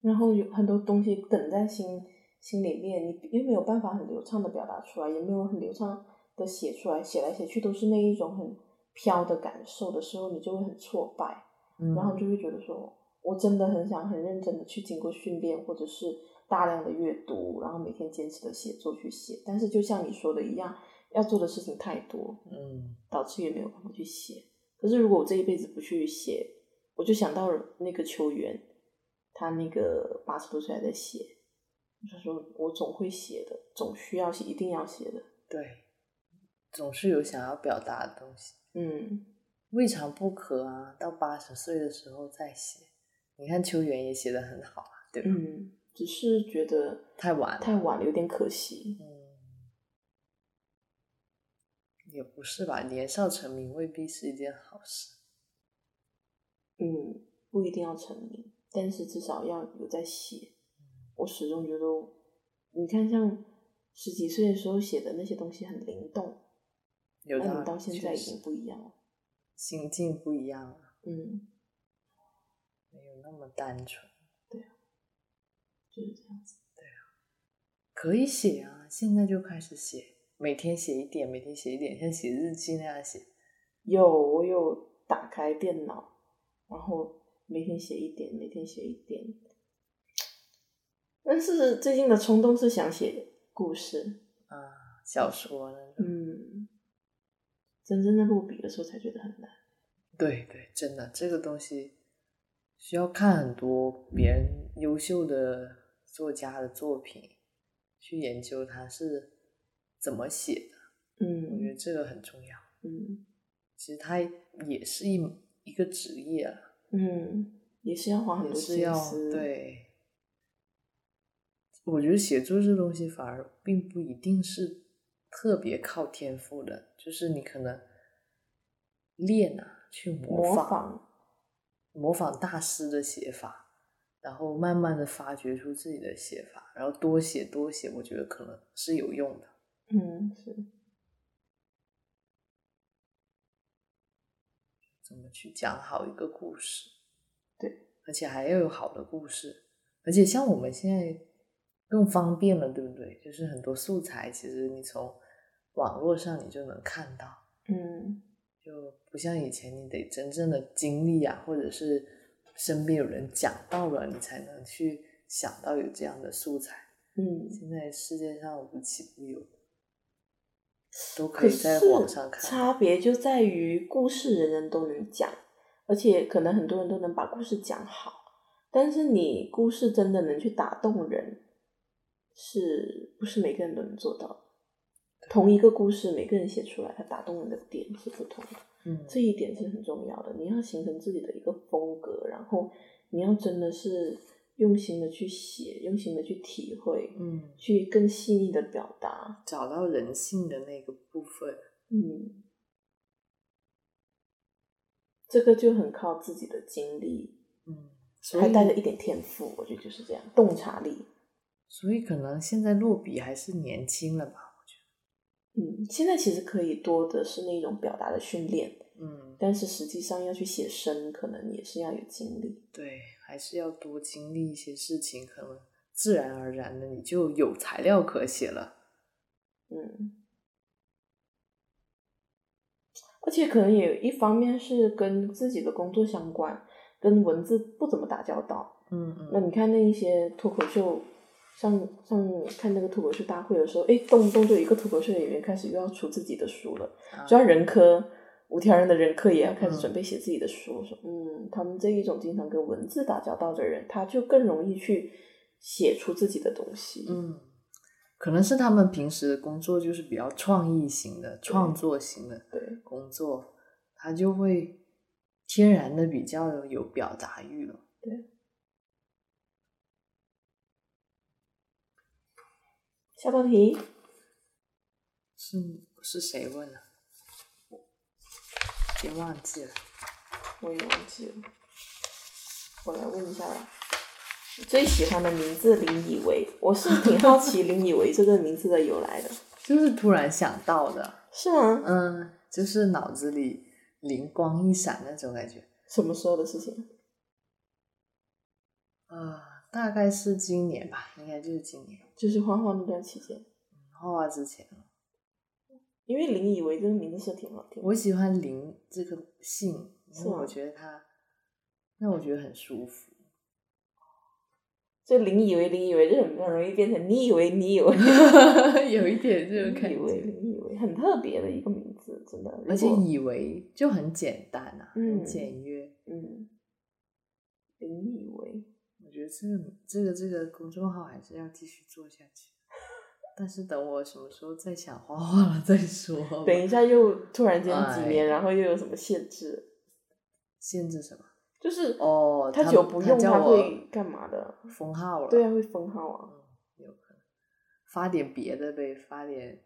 [SPEAKER 1] 然后有很多东西梗在心心里面，你又没有办法很流畅的表达出来，也没有很流畅的写出来，写来写去都是那一种很飘的感受的时候，你就会很挫败，
[SPEAKER 3] 嗯
[SPEAKER 1] 然后就会觉得说，我真的很想很认真的去经过训练，或者是大量的阅读，然后每天坚持的写作去写，但是就像你说的一样，要做的事情太多，
[SPEAKER 3] 嗯
[SPEAKER 1] 导致也没有办法去写。可是如果我这一辈子不去写，我就想到了那个球员，他那个八十多岁还在写，他说我总会写的，总需要写，一定要写的。
[SPEAKER 3] 对，总是有想要表达的东西。
[SPEAKER 1] 嗯，
[SPEAKER 3] 未尝不可啊！到八十岁的时候再写，你看球员也写的很好啊，对吧？
[SPEAKER 1] 嗯，只是觉得
[SPEAKER 3] 太晚了，
[SPEAKER 1] 太晚了，有点可惜。
[SPEAKER 3] 嗯，也不是吧，年少成名未必是一件好事。
[SPEAKER 1] 嗯，不一定要成名，但是至少要有在写。我始终觉得我，你看像十几岁的时候写的那些东西很灵动，
[SPEAKER 3] 有
[SPEAKER 1] 那
[SPEAKER 3] 道
[SPEAKER 1] 你
[SPEAKER 3] 理
[SPEAKER 1] 到现在
[SPEAKER 3] 确
[SPEAKER 1] 已
[SPEAKER 3] 实
[SPEAKER 1] 经不一样了。
[SPEAKER 3] 心境不一样了，
[SPEAKER 1] 嗯。
[SPEAKER 3] 没有那么单纯。
[SPEAKER 1] 就是这样子。
[SPEAKER 3] 可以写啊，现在就开始写，每天写一点，每天写一点，像写日记那样写。
[SPEAKER 1] 有，我有打开电脑，然后每天写一点，每天写一点。但是最近的冲动是想写故事，
[SPEAKER 3] 啊，小说那种。
[SPEAKER 1] 嗯，真正的落笔的时候才觉得很难。
[SPEAKER 3] 对对，真的这个东西需要看很多别人优秀的作家的作品，去研究他是怎么写的。我
[SPEAKER 1] 嗯
[SPEAKER 3] 觉得这个很重要。
[SPEAKER 1] 嗯
[SPEAKER 3] 其实它也是一一个职业了，
[SPEAKER 1] 嗯，也是要花很
[SPEAKER 3] 也
[SPEAKER 1] 多
[SPEAKER 3] 是
[SPEAKER 1] 心
[SPEAKER 3] 要
[SPEAKER 1] 思。，
[SPEAKER 3] 对。我觉得写作这东西反而并不一定是特别靠天赋的，就是你可能练啊，去
[SPEAKER 1] 模
[SPEAKER 3] 仿
[SPEAKER 1] 仿，
[SPEAKER 3] 模仿大师的写法，然后慢慢的发掘出自己的写法，然后多写多写，我觉得可能是有用的。
[SPEAKER 1] 嗯，是
[SPEAKER 3] 怎么去讲好一个故事？
[SPEAKER 1] 对，
[SPEAKER 3] 而且还要有好的故事，而且像我们现在更方便了，对不对？就是很多素材，其实你从网络上你就能看到。
[SPEAKER 1] 嗯
[SPEAKER 3] 就不像以前，你得真正的经历啊，或者是身边有人讲到了，你才能去想到有这样的素材。
[SPEAKER 1] 嗯。
[SPEAKER 3] 现在世界上无奇不有，都可
[SPEAKER 1] 可
[SPEAKER 3] 以
[SPEAKER 1] 是
[SPEAKER 3] 在网上看。
[SPEAKER 1] 差别就在于故事人人都能讲，而且可能很多人都能把故事讲好，但是你故事真的能去打动人，是不是每个人都能做到的？同一个故事，每个人写出来，它打动人的点是不同的，
[SPEAKER 3] 嗯，
[SPEAKER 1] 这一点是很重要的。你要形成自己的一个风格，然后你要真的是用心的去写，用心的去体会，
[SPEAKER 3] 嗯，
[SPEAKER 1] 去更细腻的表达。
[SPEAKER 3] 找到人性的那个部分，
[SPEAKER 1] 嗯，这个就很靠自己的经历，
[SPEAKER 3] 嗯，所
[SPEAKER 1] 还
[SPEAKER 3] 以
[SPEAKER 1] 带着一点天赋，我觉得就是这样，洞察力。
[SPEAKER 3] 所以可能现在落笔还是年轻了吧，我觉
[SPEAKER 1] 嗯，现在其实可以多的是那种表达的训练，
[SPEAKER 3] 得，嗯，
[SPEAKER 1] 但是实际上要去写生，可能也是要有经历。
[SPEAKER 3] 对，还是要多经历一些事情，可能自然而然的你就有材料可写了。
[SPEAKER 1] 嗯，而且可能也有一方面是跟自己的工作相关，跟文字不怎么打交道。
[SPEAKER 3] 嗯
[SPEAKER 1] 那你看那一些脱口秀上上看那个脱口秀大会的时候，哎，动不动就有一个脱口秀演员开始又要出自己的书了。
[SPEAKER 3] 啊
[SPEAKER 1] 主要人科，五条人的人科也要开始准备写自己的书。我说，嗯，他们这一种经常跟文字打交道的人，他就更容易去写出自己的东西。
[SPEAKER 3] 嗯，可能是他们平时的工作就是比较创意型的、创作型的
[SPEAKER 1] 对，
[SPEAKER 3] 工作，他就会天然的比较有表达欲了。
[SPEAKER 1] 下道题，
[SPEAKER 3] 是是谁问的？别忘记了。
[SPEAKER 1] 我也忘记了，我来问一下吧。最喜欢的名字林以为，我是挺好奇林以为这个名字的由来的。
[SPEAKER 3] 就是突然想到的，
[SPEAKER 1] 是吗？
[SPEAKER 3] 嗯，就是脑子里灵光一闪那种感觉。
[SPEAKER 1] 什么时候的事情？
[SPEAKER 3] 啊、大概是今年吧，应该就是今年，
[SPEAKER 1] 就是画画那段期间，
[SPEAKER 3] 画画之前。
[SPEAKER 1] 因为林以为这个名字是挺好听的。
[SPEAKER 3] 我喜欢林这个姓，因
[SPEAKER 1] 是
[SPEAKER 3] 为
[SPEAKER 1] 吗
[SPEAKER 3] 我觉得它，让我觉得很舒服。
[SPEAKER 1] 就林以为林以为就很容易变成你以为你以为
[SPEAKER 3] 嗯有一点这种
[SPEAKER 1] 林
[SPEAKER 3] 感
[SPEAKER 1] 以为
[SPEAKER 3] 觉，
[SPEAKER 1] 林以为很特别的一个名字，真的。
[SPEAKER 3] 而且
[SPEAKER 1] 如果
[SPEAKER 3] 以为就很简单啊，
[SPEAKER 1] 嗯
[SPEAKER 3] 很简约。
[SPEAKER 1] 嗯，林以为
[SPEAKER 3] 我觉得这个这个这个公众号还是要继续做下去，但是等我什么时候再想画画了再说吧。
[SPEAKER 1] 等一下又突然间几
[SPEAKER 3] 哎
[SPEAKER 1] 年，然后又有什么限制？
[SPEAKER 3] 限制什么？
[SPEAKER 1] 就是
[SPEAKER 3] 哦，
[SPEAKER 1] 他
[SPEAKER 3] 他
[SPEAKER 1] 久不用
[SPEAKER 3] 他叫
[SPEAKER 1] 他
[SPEAKER 3] 我
[SPEAKER 1] 会干嘛的？
[SPEAKER 3] 封号了。
[SPEAKER 1] 对啊，会封号啊。
[SPEAKER 3] 嗯，有可能发点别的呗，发点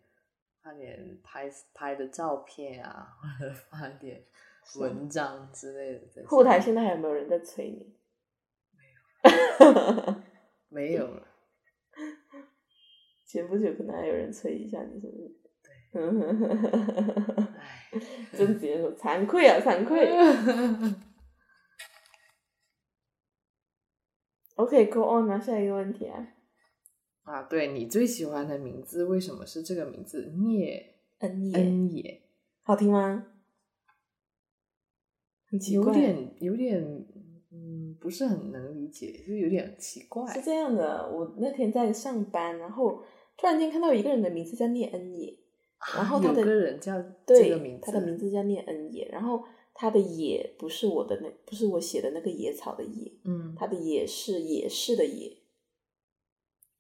[SPEAKER 3] 发点拍拍的照片啊， 或者发点
[SPEAKER 1] 是啊
[SPEAKER 3] 文章之类的在上面。
[SPEAKER 1] 后台现在还有没有人在催你？
[SPEAKER 3] 没 有了，
[SPEAKER 1] 久不久可能还有人催一下你，是不 是？
[SPEAKER 3] 唉，
[SPEAKER 1] 真直接说惭愧啊，惭愧。OK，go、on 啊，下一个问题啊。
[SPEAKER 3] 啊，对你最喜欢的名字为什么是这个名字？聂
[SPEAKER 1] 恩
[SPEAKER 3] 恩野，
[SPEAKER 1] E 好听吗？很奇
[SPEAKER 3] 有
[SPEAKER 1] 怪，
[SPEAKER 3] 点有点。嗯，不是很能理解，就有点奇怪
[SPEAKER 1] 是。这样的。我那天在上班，然后突然间看到一个人的名字叫聂恩野，然 后
[SPEAKER 3] 啊
[SPEAKER 1] 他
[SPEAKER 3] 有
[SPEAKER 1] 的
[SPEAKER 3] 个人叫
[SPEAKER 1] 对，
[SPEAKER 3] 这个名字，
[SPEAKER 1] 他的名字叫聂恩野，然后他的野不是我的那，不是我写的那个野草的野，
[SPEAKER 3] 嗯，
[SPEAKER 1] 他的野是野是的野，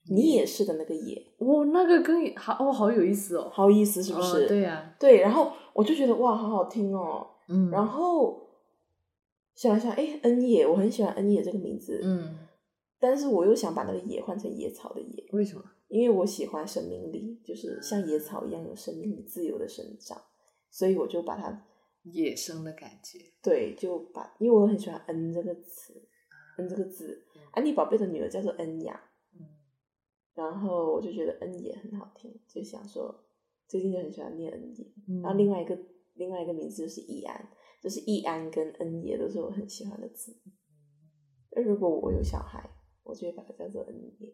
[SPEAKER 1] 你也是的那个野，
[SPEAKER 3] 哇，哦那个更好哦，好有意思哦，
[SPEAKER 1] 好有意思是不
[SPEAKER 3] 哦
[SPEAKER 1] 是？
[SPEAKER 3] 对呀、
[SPEAKER 1] 对，然后我就觉得哇，好好听哦。
[SPEAKER 3] 嗯，
[SPEAKER 1] 然后想一想，哎，恩野，我很喜欢恩野这个名字，
[SPEAKER 3] 嗯，
[SPEAKER 1] 但是我又想把那个野换成野草的野，
[SPEAKER 3] 为什么？
[SPEAKER 1] 因为我喜欢生命力，就是像野草一样有生命力，自由的生长，所以我就把它
[SPEAKER 3] 野生的感觉，
[SPEAKER 1] 对，就把因为我很喜欢“恩”这个词，“恩”这个字
[SPEAKER 3] 嗯，
[SPEAKER 1] 安妮宝贝的女儿叫做恩雅，
[SPEAKER 3] 嗯，
[SPEAKER 1] 然后我就觉得“恩”也很好听，就想说最近就很喜欢念“恩”也。
[SPEAKER 3] 嗯
[SPEAKER 1] 然后另外一个另外一个名字就是易安，就是易安跟恩也都是我很喜欢的字。那如果我有小孩，我就会把它叫做恩也。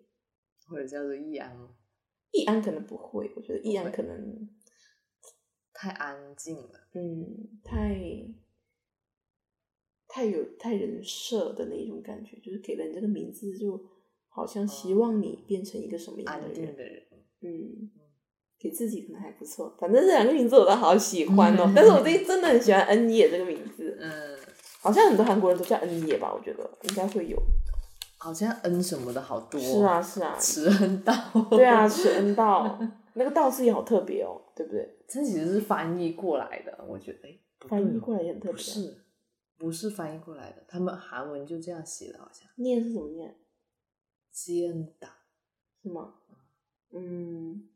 [SPEAKER 3] 或者叫做易安哦，
[SPEAKER 1] 易安可能不会，我觉得易
[SPEAKER 3] 不
[SPEAKER 1] 安
[SPEAKER 3] 会
[SPEAKER 1] 可能
[SPEAKER 3] 太安静了，
[SPEAKER 1] 嗯太太有太人设的那种感觉，就是给人这个名字就好像希望你变成一个什么样的
[SPEAKER 3] 嗯安
[SPEAKER 1] 人
[SPEAKER 3] 定。的人，
[SPEAKER 1] 嗯，给自己可能还不错。反正这两个名字我都好喜欢哦，但是我最近真的很喜欢恩野这个名字，
[SPEAKER 3] 嗯，
[SPEAKER 1] 好像很多韩国人都叫恩野吧？我觉得应该会有。
[SPEAKER 3] 好像恩什么的好多，
[SPEAKER 1] 是啊，，是啊，
[SPEAKER 3] 慈恩道，
[SPEAKER 1] 对 啊，是恩道，那个道字也好特别哦，对不对？
[SPEAKER 3] 这其实是翻译过来的，我觉得，哎，不对
[SPEAKER 1] 翻
[SPEAKER 3] 哦
[SPEAKER 1] 译过来也很特
[SPEAKER 3] 不
[SPEAKER 1] 别啊。
[SPEAKER 3] 是，不是翻译过来的，他们韩文就这样写的，好像
[SPEAKER 1] 念是怎么念？
[SPEAKER 3] 基恩党，
[SPEAKER 1] 是吗？嗯，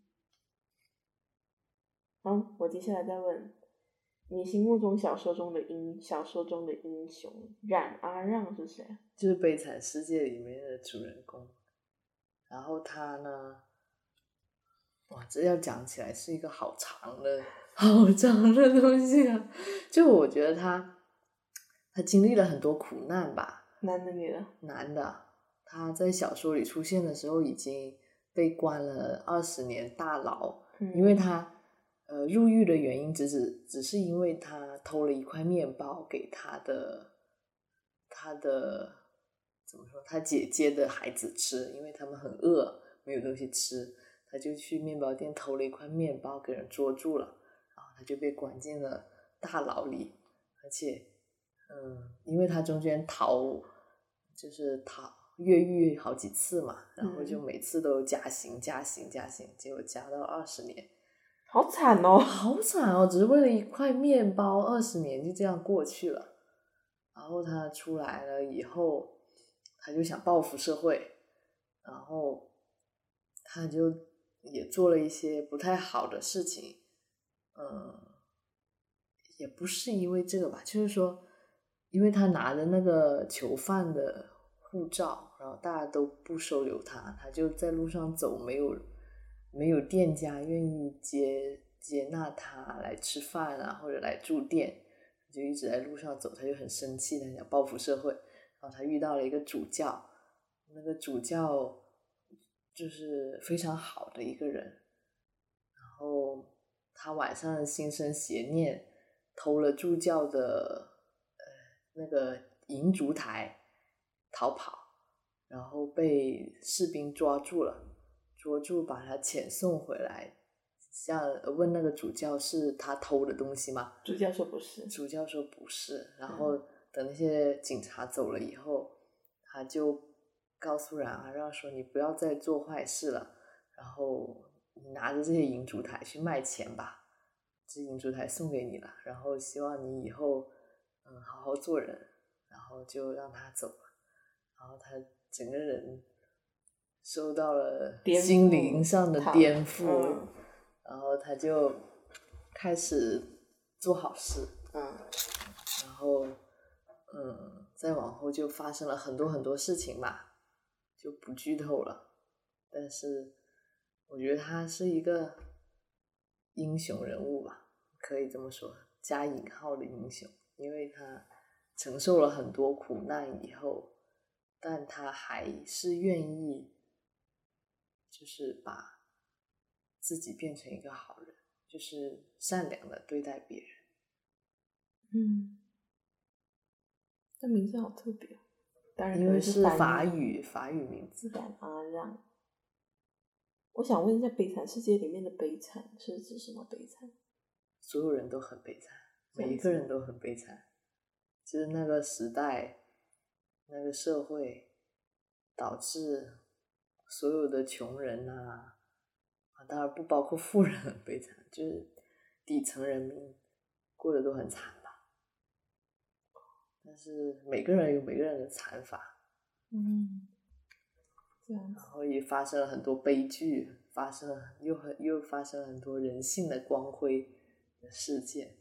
[SPEAKER 1] 好，我接下来再问，你心目中小说中的英小说中的英雄冉阿让是谁啊？
[SPEAKER 3] 就是《悲惨世界》里面的主人公，然后他呢，哇，这要讲起来是一个好长的、 好长的东西啊！就我觉得他，他经历了很多苦难吧，
[SPEAKER 1] 男的女的？
[SPEAKER 3] 男的，他在小说里出现的时候已经被关了二十年大牢，
[SPEAKER 1] 嗯
[SPEAKER 3] 因为他。呃，入狱的原因只是只是因为他偷了一块面包给他的他的怎么说，他姐姐的孩子吃，因为他们很饿，没有东西吃，他就去面包店偷了一块面包给人捉住了，然后他就被关进了大牢里，而且，嗯，因为他中间逃，就是逃越狱好几次嘛，然后就
[SPEAKER 1] 嗯
[SPEAKER 3] 每次都加刑加刑加刑，结果加到二十年，
[SPEAKER 1] 好惨哦！
[SPEAKER 3] 好惨哦！只是为了一块面包，二十年就这样过去了。然后他出来了以后，他就想报复社会，然后他就也做了一些不太好的事情。嗯，也不是因为这个吧，就是说，因为他拿着那个囚犯的护照，然后大家都不收留他，他就在路上走，没有没有店家愿意接接纳他来吃饭啊，或者来住店，就一直在路上走，他就很生气，他想报复社会，然后他遇到了一个主教，那个主教就是非常好的一个人，然后他晚上心生邪念，偷了助教的呃那个银烛台逃跑，然后被士兵抓住了，捉住把他遣送回来。像呃问那个主教是他偷的东西吗？
[SPEAKER 1] 主教说不是，
[SPEAKER 3] 主教说不是，
[SPEAKER 1] 嗯
[SPEAKER 3] 然后等那些警察走了以后，他就告诉冉阿让说你不要再做坏事了，然后你拿着这些银烛台去卖钱吧，这银烛台送给你了，然后希望你以后嗯好好做人，然后就让他走了，然后他整个人受到了
[SPEAKER 1] 颠覆
[SPEAKER 3] 心灵上的
[SPEAKER 1] 他
[SPEAKER 3] 颠覆，
[SPEAKER 1] 嗯
[SPEAKER 3] 然后他就开始做好事。
[SPEAKER 1] 嗯
[SPEAKER 3] 然后，嗯，再往后就发生了很多很多事情吧，就不剧透了。但是，我觉得他是一个英雄人物吧，可以这么说，加引号的英雄，因为他承受了很多苦难以后，但他还是愿意，就是把自己变成一个好人，就是善良的对待别人。
[SPEAKER 1] 嗯，这名字好特别哦，当然
[SPEAKER 3] 因
[SPEAKER 1] 可
[SPEAKER 3] 为
[SPEAKER 1] 能
[SPEAKER 3] 是
[SPEAKER 1] 翻译
[SPEAKER 3] 法语法语名字，
[SPEAKER 1] 冉阿让。我想问一下，《悲惨世界》里面的悲惨是指什么悲惨？
[SPEAKER 3] 所有人都很悲惨，
[SPEAKER 1] 这
[SPEAKER 3] 每一
[SPEAKER 1] 样
[SPEAKER 3] 个
[SPEAKER 1] 子
[SPEAKER 3] 人都很悲惨，就是那个时代、那个社会导致所有的穷人呐、啊，当然不包括富人很悲惨，就是底层人民过得都很惨吧。但是每个人有每个人的惨法，
[SPEAKER 1] 嗯，这样
[SPEAKER 3] 然后也发生了很多悲剧，发生了又很又发生了很多人性的光辉的事件，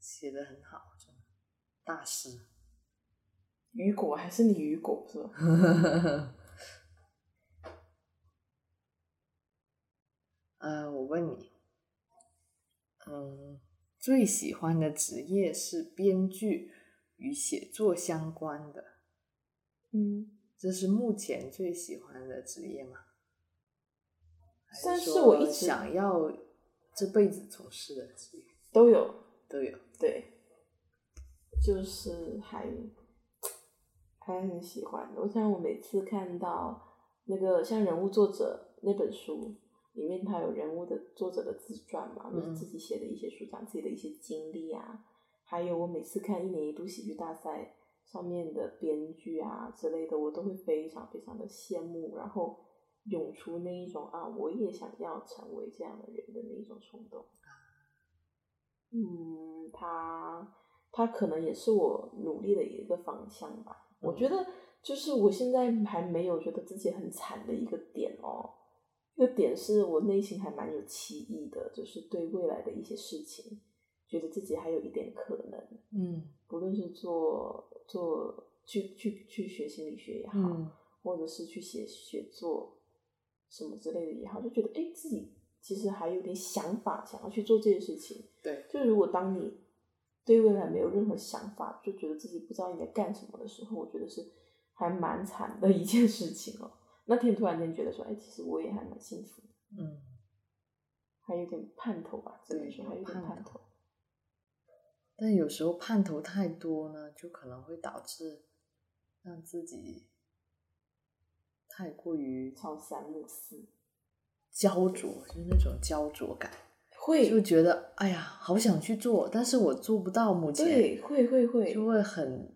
[SPEAKER 3] 写的很好，真的大师。
[SPEAKER 1] 雨果还是你雨果是吧？
[SPEAKER 3] 呃，我问你，嗯，最喜欢的职业是编剧，与写作相关的，
[SPEAKER 1] 嗯，
[SPEAKER 3] 这是目前最喜欢的职业吗？还
[SPEAKER 1] 算是
[SPEAKER 3] 说
[SPEAKER 1] 我一直
[SPEAKER 3] 想要这辈子从事的职业
[SPEAKER 1] 都有，
[SPEAKER 3] 都有。
[SPEAKER 1] 对，就是还还很喜欢。我想我每次看到那个像人物作者那本书里面，它有人物的作者的自传嘛，就是
[SPEAKER 3] 嗯
[SPEAKER 1] 自己写的一些书，讲自己的一些经历啊，还有我每次看一年一度喜剧大赛上面的编剧啊之类的，我都会非常非常的羡慕，然后涌出那一种啊，我也想要成为这样的人的那一种冲动。嗯，他他可能也是我努力的一个方向吧。我觉得就是我现在还没有觉得自己很惨的一个点哦，一个点是我内心还蛮有期意的，就是对未来的一些事情，觉得自己还有一点可能，
[SPEAKER 3] 嗯
[SPEAKER 1] 不论是做做去去去学心理学也好，
[SPEAKER 3] 嗯
[SPEAKER 1] 或者是去写写作什么之类的也好，就觉得哎自己其实还有点想法，想要去做这些事情。
[SPEAKER 3] 对，
[SPEAKER 1] 就如果当你对未来没有任何想法，就觉得自己不知道应该干什么的时候，我觉得是还蛮惨的一件事情哦。那天突然间觉得说，哎，其实我也还蛮幸福的，
[SPEAKER 3] 嗯，
[SPEAKER 1] 还有点盼头吧，只能
[SPEAKER 3] 对
[SPEAKER 1] 说
[SPEAKER 3] 有
[SPEAKER 1] 还有点
[SPEAKER 3] 盼
[SPEAKER 1] 盼
[SPEAKER 3] 头
[SPEAKER 1] 头。
[SPEAKER 3] 但有时候盼头太多呢，就可能会导致让自己太过于
[SPEAKER 1] 朝三暮四，
[SPEAKER 3] 焦灼，就是那种焦灼感，就
[SPEAKER 1] 会
[SPEAKER 3] 觉得哎呀，好想去做，但是我做不到，目前
[SPEAKER 1] 对会会会
[SPEAKER 3] 就会很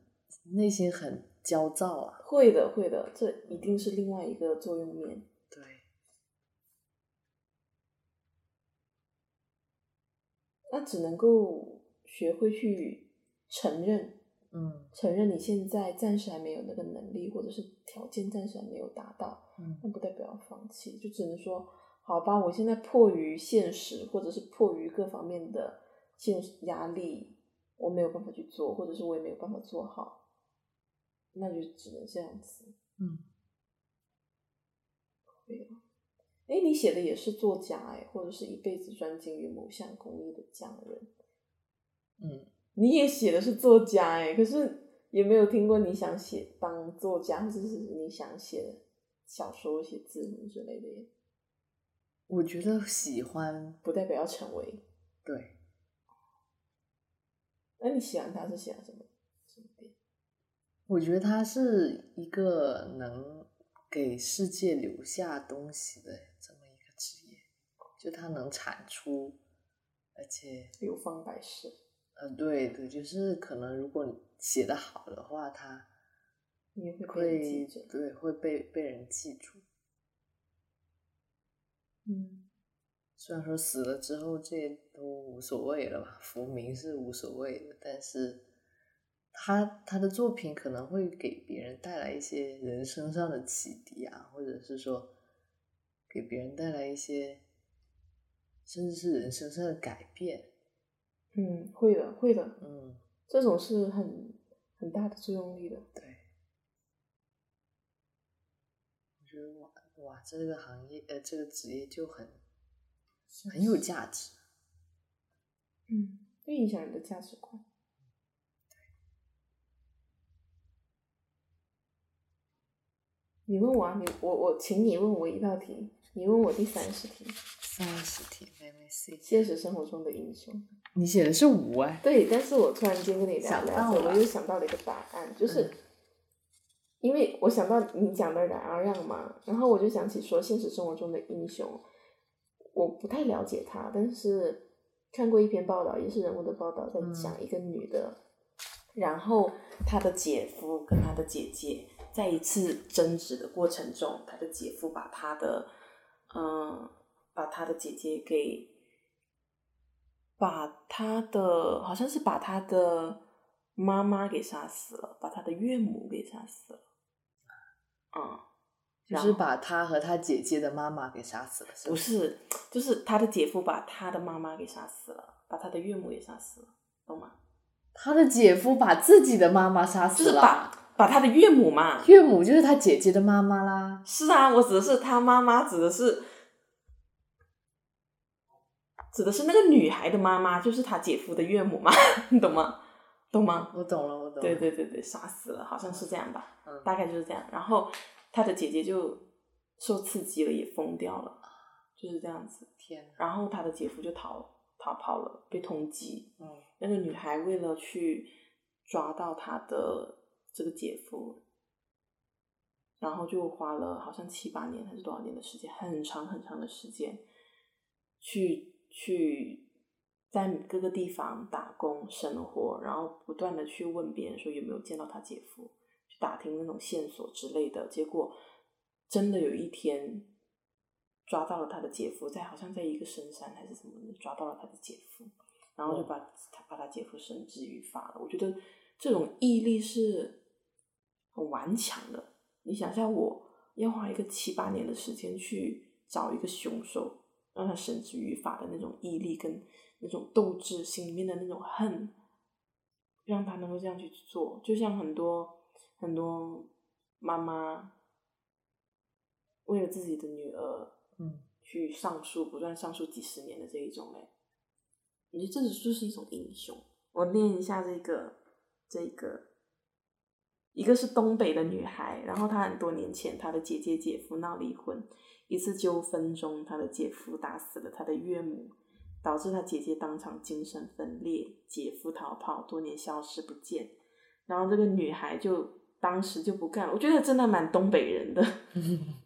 [SPEAKER 3] 内心很焦躁啊。
[SPEAKER 1] 会的会的，这一定是另外一个作用面。
[SPEAKER 3] 对，
[SPEAKER 1] 那只能够学会去承认，
[SPEAKER 3] 嗯
[SPEAKER 1] 承认你现在暂时还没有那个能力，或者是条件暂时还没有达到，
[SPEAKER 3] 嗯
[SPEAKER 1] 那不代表要放弃，就只能说，好吧，我现在迫于现实，或者是迫于各方面的现实压力，我没有办法去做，或者是我也没有办法做好，那就只能这样子。
[SPEAKER 3] 嗯，
[SPEAKER 1] 对啊。哎，你写的也是作家哎，或者是一辈子专精于某项工艺的匠人，
[SPEAKER 3] 嗯，
[SPEAKER 1] 你也写的是作家哎，可是也没有听过你想写当作家，或者是你想写的小说、写字什么之类的耶，
[SPEAKER 3] 我觉得喜欢
[SPEAKER 1] 不代表要成为。
[SPEAKER 3] 对
[SPEAKER 1] 那你喜欢他是喜欢什么？什么点？
[SPEAKER 3] 我觉得他是一个能给世界留下东西的这么一个职业，就他能产出，而且，
[SPEAKER 1] 流芳百世。
[SPEAKER 3] 嗯、对对，就是可能如果你写的好的话，他
[SPEAKER 1] 你也会被人记
[SPEAKER 3] 会
[SPEAKER 1] 着
[SPEAKER 3] 对会被被人记住。
[SPEAKER 1] 嗯，
[SPEAKER 3] 虽然说死了之后这些都无所谓了吧，浮名是无所谓的，但是他他的作品可能会给别人带来一些人生上的启迪啊，或者是说给别人带来一些甚至是人生上的改变。
[SPEAKER 1] 嗯，会的，会的，
[SPEAKER 3] 嗯，
[SPEAKER 1] 这种是很很大的作用力的。
[SPEAKER 3] 对，我觉得哇哇，这个行业呃这个职业就很很有价值。
[SPEAKER 1] 嗯，会影响人的价值观。你问我啊，你我我，请你问我一道题，你问我第三十题，
[SPEAKER 3] 三十天 MAC，
[SPEAKER 1] 现实生活中的英雄。
[SPEAKER 3] 你写的是五哎。
[SPEAKER 1] 对，但是我突然间跟你聊
[SPEAKER 3] 想
[SPEAKER 1] 聊
[SPEAKER 3] 到
[SPEAKER 1] 着，我
[SPEAKER 3] 了
[SPEAKER 1] 又想到了一个答案，就是、
[SPEAKER 3] 嗯
[SPEAKER 1] 因为我想到你讲的冉阿让嘛，然后我就想起说现实生活中的英雄，我不太了解他，但是看过一篇报道，也是人物的报道，在
[SPEAKER 3] 嗯
[SPEAKER 1] 讲一个女的，然后她的姐夫跟她的姐姐在一次争执的过程中，她的姐夫把她的，嗯、把她的姐姐给，把她的好像是把她的妈妈给杀死了，把她的岳母给杀死了，嗯，
[SPEAKER 3] 就
[SPEAKER 1] 然
[SPEAKER 3] 是
[SPEAKER 1] 后
[SPEAKER 3] 把他和他姐姐的妈妈给杀死了，是
[SPEAKER 1] 不
[SPEAKER 3] 不？
[SPEAKER 1] 是，就是她的姐夫把她的妈妈给杀死了，把她的岳母给杀死了，懂吗？
[SPEAKER 3] 他的姐夫把自己的妈妈杀
[SPEAKER 1] 就
[SPEAKER 3] 死
[SPEAKER 1] 是
[SPEAKER 3] 了
[SPEAKER 1] 把
[SPEAKER 3] 啊，
[SPEAKER 1] 把她的岳母嘛，
[SPEAKER 3] 岳母就是他姐姐的妈妈啦。
[SPEAKER 1] 是啊，我指的是她妈妈，指的是指的是那个女孩的妈妈，就是她姐夫的岳母嘛， 你懂吗？懂吗？
[SPEAKER 3] 我懂了，我懂了。
[SPEAKER 1] 对，对对对，杀死了，好像是这样吧，
[SPEAKER 3] 嗯
[SPEAKER 1] 大概就是这样。然后她的姐姐就受刺激了，也疯掉了，就是这样子。
[SPEAKER 3] 天哪，
[SPEAKER 1] 然后她的姐夫就逃逃跑了，被通缉。
[SPEAKER 3] 嗯
[SPEAKER 1] 那个女孩为了去抓到她的这个姐夫，然后就花了好像七八年还是多少年的时间，很长很长的时间，去去在各个地方打工生活，然后不断的去问别人说有没有见到她姐夫，去打听那种线索之类的。结果真的有一天抓到了她的姐夫，在好像在一个深山还是什么的抓到了她的姐夫。然后就把他把他姐夫绳之于法了。我觉得这种毅力是很顽强的。你想一下，我要花一个七八年的时间去找一个凶手，让他绳之于法的那种毅力跟那种斗志，心里面的那种恨，让他能够这样去做。就像很多很多妈妈为了自己的女儿
[SPEAKER 3] 嗯，
[SPEAKER 1] 去上诉，不断上诉几十年的这一种嘞。我觉得这就是一种英雄。我念一下这个，这个，一个是东北的女孩，然后她很多年前她的姐姐姐夫闹离婚，一次纠纷中，她的姐夫打死了她的岳母，导致她姐姐当场精神分裂，姐夫逃跑，多年消失不见，然后这个女孩就当时就不干了。我觉得真的蛮东北人的，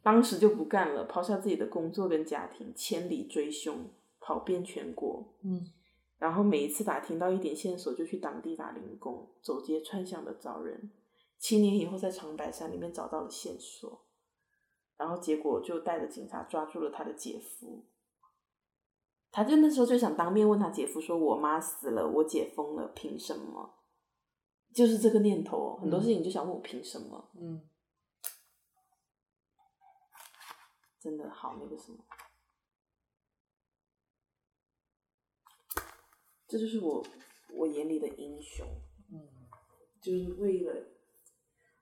[SPEAKER 1] 当时就不干了，抛下自己的工作跟家庭，千里追凶，跑遍全国。
[SPEAKER 3] 嗯，
[SPEAKER 1] 然后每一次打听到一点线索，就去当地打零工，走街串巷的找人。七年以后，在长白山里面找到了线索，然后结果就带着警察抓住了他的姐夫。他就那时候就想当面问他姐夫说：“我妈死了，我姐疯了，凭什么？”就是这个念头哦，很多事情你就想问我凭什么，
[SPEAKER 3] 嗯，
[SPEAKER 1] 真的好那个什么。这就是我我眼里的英雄，
[SPEAKER 3] 嗯，
[SPEAKER 1] 就是为了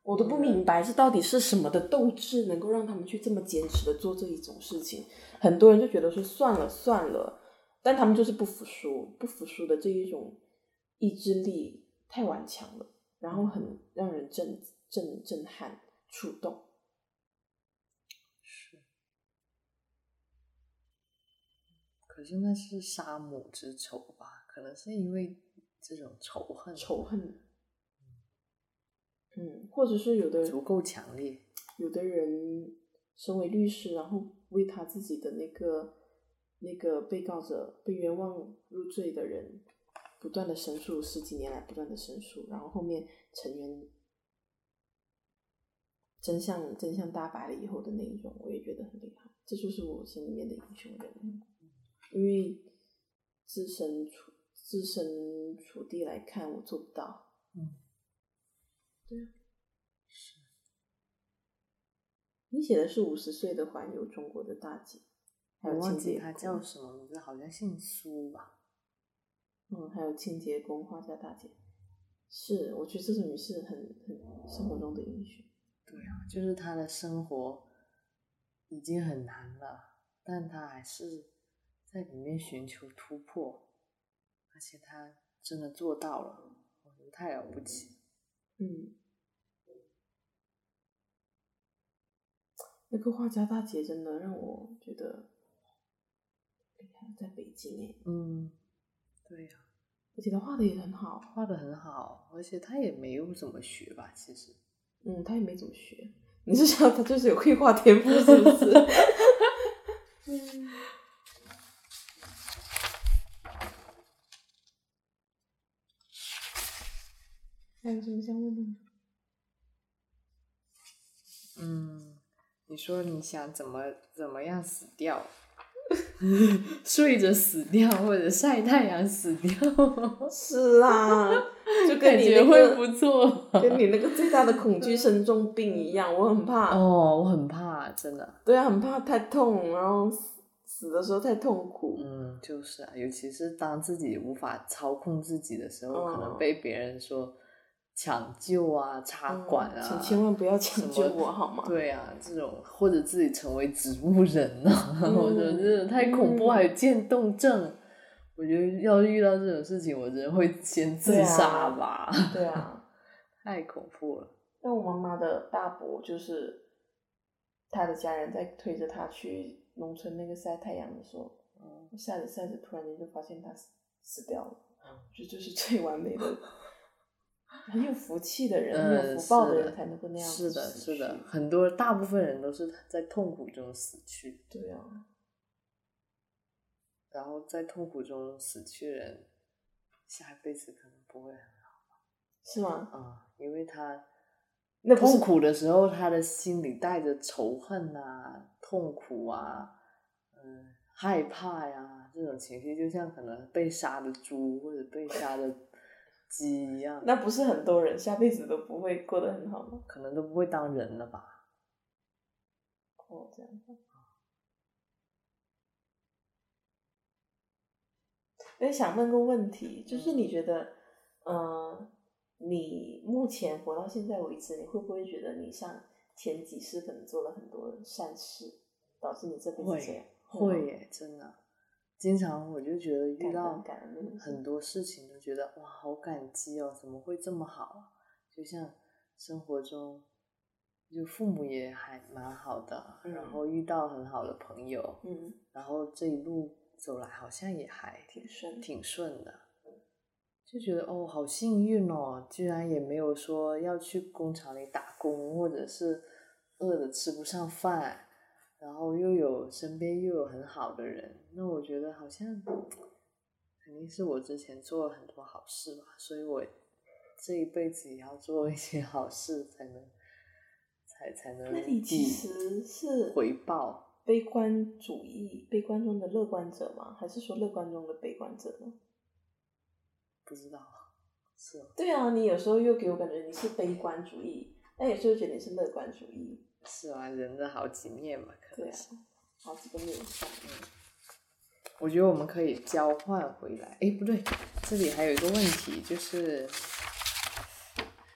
[SPEAKER 1] 我都不明白是到底是什么的斗志能够让他们去这么坚持的做这一种事情。很多人就觉得说算了算了，但他们就是不服输，不服输的这一种意志力太顽强了，然后很让人震震震撼、触动。
[SPEAKER 3] 是。可是那是杀母之仇吧？可能是因为这种仇恨
[SPEAKER 1] 仇恨，嗯，或者是有的
[SPEAKER 3] 足够强烈。
[SPEAKER 1] 有的人身为律师，然后为他自己的那个那个被告者被冤枉入罪的人，不断的申诉，十几年来不断的申诉，然后后面成员真相真相大白了以后的那一种，我也觉得很厉害，这就是我心里面的英雄人
[SPEAKER 3] 嗯
[SPEAKER 1] 物，因为自身处自身处地来看，我做不到。
[SPEAKER 3] 嗯
[SPEAKER 1] 啊你写的是五十岁的环游中国的大姐，还
[SPEAKER 3] 我
[SPEAKER 1] 有
[SPEAKER 3] 忘
[SPEAKER 1] 清
[SPEAKER 3] 记
[SPEAKER 1] 洁
[SPEAKER 3] 他
[SPEAKER 1] 工
[SPEAKER 3] 叫什么名字，好像姓苏吧？
[SPEAKER 1] 嗯，还有清洁工、画家大姐，是，我觉得这种女是很很生活中的英雄。
[SPEAKER 3] 对啊，就是他的生活已经很难了，但他还是在里面寻求突破，而且他真的做到了，我觉得太了不起了。
[SPEAKER 1] 嗯，那个画家大姐真的让我觉得厉害，在北京哎，
[SPEAKER 3] 嗯，对呀、
[SPEAKER 1] 而且她画的也很好。
[SPEAKER 3] 画的很好，而且他也没有怎么学吧，其实。
[SPEAKER 1] 嗯，她也没怎么学，你是想她就是有绘画天赋是不是？ 嗯还有什么想问的吗？
[SPEAKER 3] 嗯，你说你想怎么怎么样死掉？ 睡着死掉，或者晒太阳死掉，
[SPEAKER 1] 是啊，就
[SPEAKER 3] 感
[SPEAKER 1] 跟你
[SPEAKER 3] 觉
[SPEAKER 1] 那
[SPEAKER 3] 会不
[SPEAKER 1] 个
[SPEAKER 3] 错。
[SPEAKER 1] 跟你那个最大的恐惧生重病一样，我很怕，
[SPEAKER 3] 哦，我很怕，真的。
[SPEAKER 1] 对啊，很怕太痛，然后死死的时候太痛苦。
[SPEAKER 3] 嗯，就是啊，尤其是当自己无法操控自己的时候，可
[SPEAKER 1] 哦
[SPEAKER 3] 能被别人说抢救啊、插管啊，
[SPEAKER 1] 请千万不要哦抢救
[SPEAKER 3] 什么
[SPEAKER 1] 我好吗？
[SPEAKER 3] 对啊，这种或者自己成为植物人啊，
[SPEAKER 1] 嗯
[SPEAKER 3] 我觉得这种太恐怖，
[SPEAKER 1] 嗯
[SPEAKER 3] 还有渐冻症。我觉得要遇到这种事情，我真的会先自
[SPEAKER 1] 对啊
[SPEAKER 3] 杀吧，
[SPEAKER 1] 对啊，
[SPEAKER 3] 太恐怖了。
[SPEAKER 1] 但我妈妈的大伯就是他的家人在推着他去农村那个晒太阳的时候，
[SPEAKER 3] 嗯
[SPEAKER 1] 晒着晒着突然间就发现他死死掉了，这就是最完美 的。很有福气的人，很有
[SPEAKER 3] 嗯
[SPEAKER 1] 福报
[SPEAKER 3] 是
[SPEAKER 1] 的
[SPEAKER 3] 的
[SPEAKER 1] 人才能够那样
[SPEAKER 3] 是的，
[SPEAKER 1] 死
[SPEAKER 3] 是的
[SPEAKER 1] 去，
[SPEAKER 3] 很多大部分人都是在痛苦中死去，
[SPEAKER 1] 对啊，
[SPEAKER 3] 然后在痛苦中死去的人，下辈子可能不会很
[SPEAKER 1] 是吗？
[SPEAKER 3] 好啊、因为他
[SPEAKER 1] 那不是
[SPEAKER 3] 痛苦的时候，他的心里带着仇恨啊、痛苦啊、嗯、害怕呀、这种情绪，就像可能被杀的猪或者被杀的鸡一样，
[SPEAKER 1] 那不是很多人下辈子都不会过得很好吗？
[SPEAKER 3] 可能都不会当人了吧？
[SPEAKER 1] 哦，这样子。我想问个问题，就是你觉得，呃，你目前活到现在为止，你会不会觉得你像前几世可能做了很多善事，导致你这辈子这样？
[SPEAKER 3] 会
[SPEAKER 1] 吗
[SPEAKER 3] 耶，真的，经常我就觉得遇
[SPEAKER 1] 感
[SPEAKER 3] 到
[SPEAKER 1] 恩感恩
[SPEAKER 3] 很多事情都觉得哇，好感激哦，怎么会这么好啊？就像生活中，就父母也还蛮好的，
[SPEAKER 1] 嗯
[SPEAKER 3] 然后遇到很好的朋友，
[SPEAKER 1] 嗯，
[SPEAKER 3] 然后这一路走来好像也还
[SPEAKER 1] 挺顺。
[SPEAKER 3] 挺顺的，就觉得哦，好幸运哦，居然也没有说要去工厂里打工，或者是饿的吃不上饭，然后又有身边又有很好的人，那我觉得好像肯定是我之前做了很多好事吧，所以我这一辈子也要做一些好事才能才才能
[SPEAKER 1] 那你其
[SPEAKER 3] 抵
[SPEAKER 1] 实是
[SPEAKER 3] 回报。
[SPEAKER 1] 悲观主义，悲观中的乐观者吗？还是说乐观中的悲观者呢？
[SPEAKER 3] 不知道，是哦
[SPEAKER 1] 对啊，你有时候又给我感觉你是悲观主义，但有时候觉得你是乐观主义，
[SPEAKER 3] 是啊，人的好几面嘛，可
[SPEAKER 1] 对
[SPEAKER 3] 能
[SPEAKER 1] 啊
[SPEAKER 3] 是。，
[SPEAKER 1] 好几个面嗯向。
[SPEAKER 3] 我觉得我们可以交换回来。诶，不对，这里还有一个问题，就是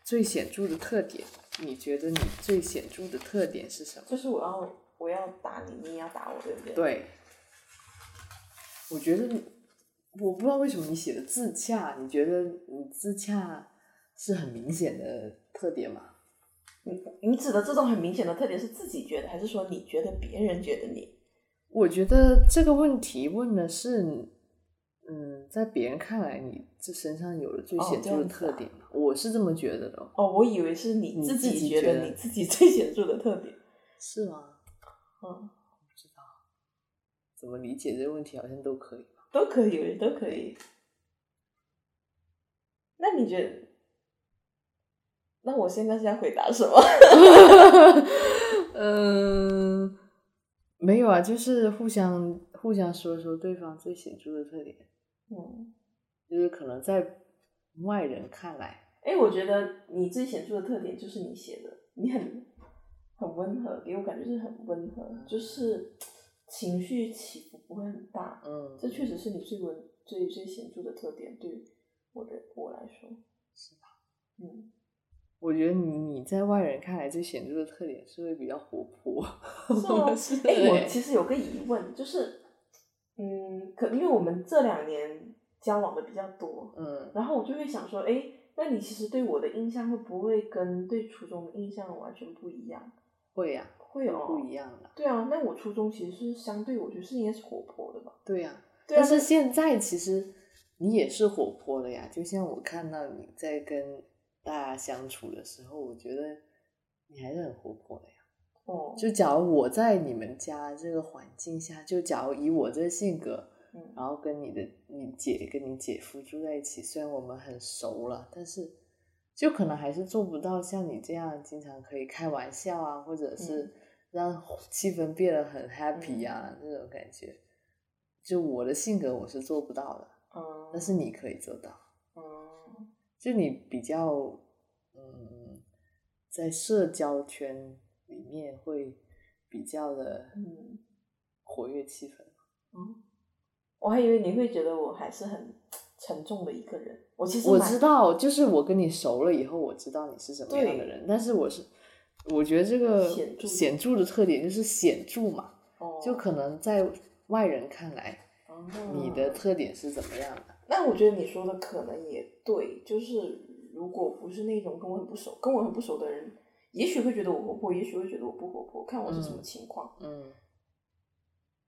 [SPEAKER 3] 最显著的特点。你觉得你最显著的特点是什么？
[SPEAKER 1] 就是我要我要打你，你也要打我，对不对？，
[SPEAKER 3] 对，我觉得你我不知道为什么你写的自洽，你觉得你自洽是很明显的特点吗？
[SPEAKER 1] 你你指的这种很明显的特点是自己觉得，还是说你觉得别人觉得你？
[SPEAKER 3] 我觉得这个问题问的是，嗯，在别人看来，你这身上有了最
[SPEAKER 1] 哦
[SPEAKER 3] 显
[SPEAKER 1] 这
[SPEAKER 3] 著的
[SPEAKER 1] 样子
[SPEAKER 3] 特
[SPEAKER 1] 啊
[SPEAKER 3] 点，我是这么觉得的哦。
[SPEAKER 1] 哦，我以为是你
[SPEAKER 3] 你
[SPEAKER 1] 自
[SPEAKER 3] 自己
[SPEAKER 1] 己觉
[SPEAKER 3] 觉
[SPEAKER 1] 得
[SPEAKER 3] 得
[SPEAKER 1] 你自己最显著的特点。
[SPEAKER 3] 是吗？
[SPEAKER 1] 嗯，
[SPEAKER 3] 不知道，怎么理解这个问题好像都 可以吧。
[SPEAKER 1] 都可以，我觉得都可以。那你觉得？那我现在是要回答什么？
[SPEAKER 3] 嗯、没有啊，就是互相互相说说对方最显著的特点，
[SPEAKER 1] 嗯，
[SPEAKER 3] 就是可能在外人看来，
[SPEAKER 1] 哎，我觉得你最显著的特点就是你写的，你很很温和，给我感觉是很温和，就是情绪起伏不会很大。
[SPEAKER 3] 嗯，
[SPEAKER 1] 这确实是你最温最最显著的特点，对于我的我来说，
[SPEAKER 3] 是
[SPEAKER 1] 吧？ 嗯，
[SPEAKER 3] 我觉得你你在外人看来最显著的特点是会比较活泼，
[SPEAKER 1] 是吗？哎，我
[SPEAKER 3] 对
[SPEAKER 1] 其实有个疑问，就是，嗯，可因为我们这两年交往的比较多，
[SPEAKER 3] 嗯，
[SPEAKER 1] 然后我就会想说，哎，那你其实对我的印象会不会跟对初中的印象完全不一样？
[SPEAKER 3] 会呀、
[SPEAKER 1] 会哦，
[SPEAKER 3] 不一样的，
[SPEAKER 1] 对啊，那我初中其实是相对，我觉得是应该是活泼的吧。
[SPEAKER 3] 对呀、
[SPEAKER 1] 对啊，
[SPEAKER 3] 但是现在其实你也是活泼的呀，就像我看到你在跟大家相处的时候，我觉得你还是很活泼的呀。
[SPEAKER 1] 哦，
[SPEAKER 3] 就假如我在你们家这个环境下，就假如以我这性格，
[SPEAKER 1] 嗯
[SPEAKER 3] 然后跟你的你姐跟你姐夫住在一起，虽然我们很熟了，但是就可能还是做不到像你这样经常可以开玩笑啊，或者
[SPEAKER 1] 嗯
[SPEAKER 3] 是让气氛变得很 happy 啊、这种感觉。就我的性格我是做不到的，
[SPEAKER 1] 嗯，
[SPEAKER 3] 但是你可以做到。
[SPEAKER 1] 嗯
[SPEAKER 3] 就你比较嗯，在社交圈里面会比较的
[SPEAKER 1] 嗯
[SPEAKER 3] 活跃气氛。
[SPEAKER 1] 嗯，我还以为你会觉得我还是很沉重的一个人，我其实
[SPEAKER 3] 我
[SPEAKER 1] 蛮
[SPEAKER 3] 知道，就是我跟你熟了以后，我知道你是什么样的
[SPEAKER 1] 对
[SPEAKER 3] 人，但是我是，我觉得这个
[SPEAKER 1] 显著
[SPEAKER 3] 显著的特点就是显著嘛，
[SPEAKER 1] 哦
[SPEAKER 3] 就可能在外人看来，
[SPEAKER 1] 哦
[SPEAKER 3] 你的特点是怎么样的？
[SPEAKER 1] 那我觉得你说的可能也对，就是如果不是那种跟我很不熟、跟我很不熟的人，也许会觉得我活泼，也许会觉得我不活泼，看我是什么
[SPEAKER 3] 嗯
[SPEAKER 1] 情况。
[SPEAKER 3] 嗯，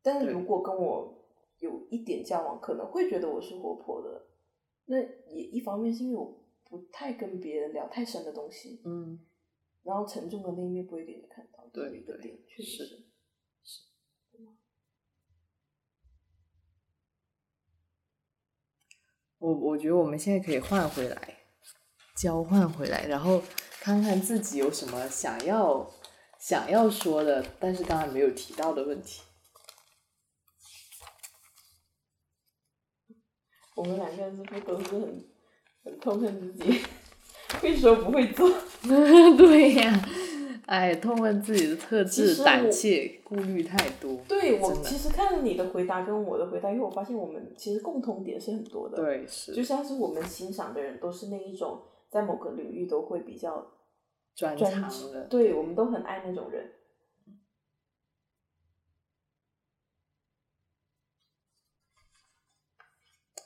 [SPEAKER 1] 但是
[SPEAKER 3] 对
[SPEAKER 1] 如果跟我有一点交往，可能会觉得我是活泼的。那也一方面是因为我不太跟别人聊太深的东西，
[SPEAKER 3] 嗯，
[SPEAKER 1] 然后沉重的那一面不会给你看到。
[SPEAKER 3] 对
[SPEAKER 1] 这是一个
[SPEAKER 3] 对
[SPEAKER 1] 点确实
[SPEAKER 3] 是
[SPEAKER 1] 是。
[SPEAKER 3] 我我觉得我们现在可以换回来，交换回来，然后看看自己有什么想要想要说的，但是刚才没有提到的问 题。
[SPEAKER 1] 我们两个人是不是都是很很痛恨自己， 会说不会做？
[SPEAKER 3] 对呀、哎，痛恨自己的特
[SPEAKER 1] 其实
[SPEAKER 3] 质
[SPEAKER 1] 我
[SPEAKER 3] 胆怯，顾虑太多。
[SPEAKER 1] 对我
[SPEAKER 3] 真的
[SPEAKER 1] 其实看了你的回答跟我的回答以后，我发现我们其实共同点是很多的。，
[SPEAKER 3] 对，
[SPEAKER 1] 就是像是我们欣赏的人都是那一种在某个领域都会比较
[SPEAKER 3] 专
[SPEAKER 1] 专
[SPEAKER 3] 长
[SPEAKER 1] 制
[SPEAKER 3] 的。
[SPEAKER 1] 对我们都很爱那种人。